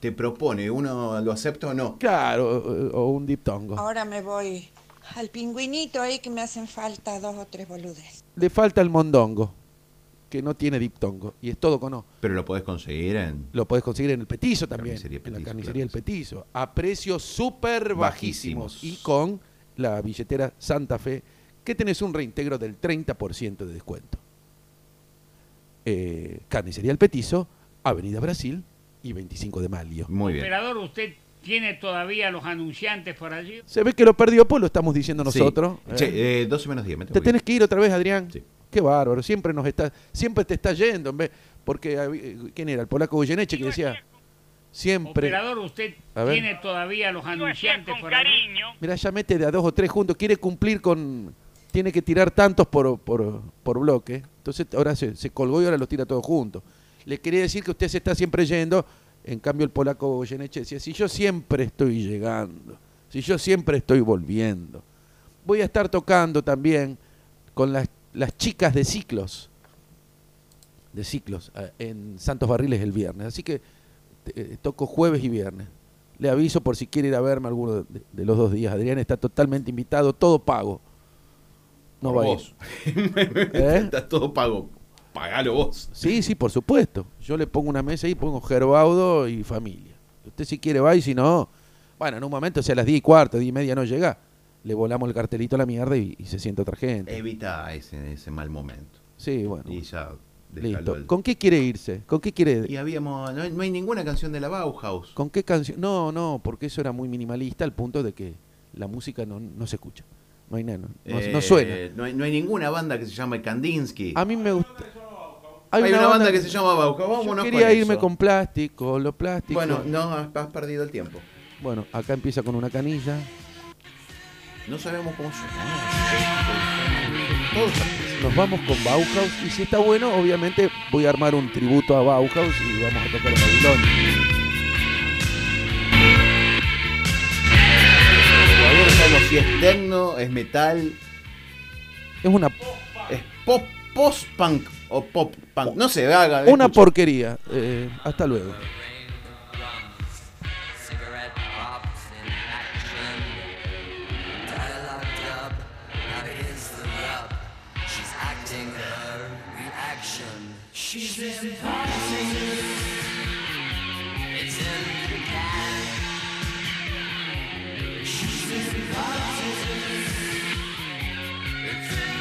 Speaker 2: Te propone, ¿uno lo acepta o no?
Speaker 3: Claro, o, o un diptongo.
Speaker 6: Ahora me voy al pingüinito ahí que me hacen falta dos o tres boludes.
Speaker 3: Le falta el mondongo, que no tiene diptongo, y es todo con O.
Speaker 2: Pero lo podés conseguir en
Speaker 3: Lo podés conseguir en el petizo también,
Speaker 2: Carnicería
Speaker 3: en la
Speaker 2: Petizo,
Speaker 3: carnicería del petizo, a precios súper bajísimos.
Speaker 2: Bajísimos.
Speaker 3: Y con la billetera Santa Fe, que tenés un reintegro del 30% de descuento. Eh, carnicería El Petizo, Avenida Brasil y 25 de Mayo.
Speaker 2: Muy bien.
Speaker 4: Emperador, ¿usted tiene todavía los anunciantes por allí?
Speaker 3: Se ve que lo perdió, pues lo estamos diciendo nosotros.
Speaker 2: Sí.
Speaker 3: Eh.
Speaker 2: Che, eh, 12 menos 10. me tengo
Speaker 3: Te
Speaker 2: que ir.
Speaker 3: tenés que ir otra vez, Adrián.
Speaker 2: Sí.
Speaker 3: Qué bárbaro. Siempre nos está, siempre te está yendo, en vez- porque hab- ¿quién era? El polaco Goyeneche que decía siempre.
Speaker 4: Operador, ¿usted
Speaker 3: A ver.
Speaker 4: tiene todavía los anunciantes por allí?
Speaker 3: Mirá, ya mete de a dos o tres juntos. Quiere cumplir con, tiene que tirar tantos por, por, por bloque. Entonces ahora se, se colgó y ahora los tira todos juntos. Le quería decir que usted se está siempre yendo. En cambio el polaco Goyeneche decía si yo siempre estoy llegando, si yo siempre estoy volviendo. Voy a estar tocando también con las, las chicas de ciclos. de ciclos eh, en Santos Barriles el viernes. Así que eh, toco jueves y viernes. Le aviso por si quiere ir ¿Eh? a verme alguno de, de los dos días. Adrián está totalmente invitado, todo pago. No
Speaker 2: Por
Speaker 3: va a
Speaker 2: vos. Está todo pago. Pagalo vos.
Speaker 3: Sí, sí, por supuesto. Yo le pongo una mesa y pongo Gerbaudo y familia. Usted si quiere va y si no, bueno, en un momento, o sea, a las 10 y cuarto, 10 y media no llega, le volamos el cartelito a la mierda y, y se sienta otra gente.
Speaker 2: Eh, Evita ese, ese mal momento.
Speaker 3: Sí, bueno.
Speaker 2: Y ya. dejalo
Speaker 3: Listo.
Speaker 2: al-
Speaker 3: ¿Con qué quiere irse? ¿Con qué quiere?
Speaker 2: Y habíamos. No hay, no hay ninguna canción de la Bauhaus.
Speaker 3: ¿Con qué canción? No, no, porque eso era muy minimalista al punto de que la música no, no se escucha. No hay nada, no, no-
Speaker 2: Eh,
Speaker 3: no suena. Ah,
Speaker 2: No hay, no hay ninguna banda que se llame Kandinsky.
Speaker 3: A mí me gusta.
Speaker 2: Hay una banda que se llama Bauhaus,
Speaker 3: Yo
Speaker 2: vámonos
Speaker 3: quería
Speaker 2: con
Speaker 3: irme
Speaker 2: eso.
Speaker 3: con plástico, lo plástico.
Speaker 2: Bueno, no, has, has perdido el tiempo.
Speaker 3: Bueno, acá empieza con una canilla.
Speaker 2: No sabemos cómo suena. Todos
Speaker 3: Nos vamos con Bauhaus y si está bueno, obviamente voy a armar un tributo a Bauhaus y vamos a tocar Babilonia.
Speaker 2: todavía no sabemos si es techno, es metal,
Speaker 3: Es una,
Speaker 2: es pop, post-punk o pop-punk. No sé, haga.
Speaker 3: una
Speaker 2: escucha.
Speaker 3: porquería. Eh, hasta luego.
Speaker 11: Cigarette pops in action. Dialogue dub, now here's the rub. She's acting her reaction. She's been partying. It's in the can. She's been partying. It's in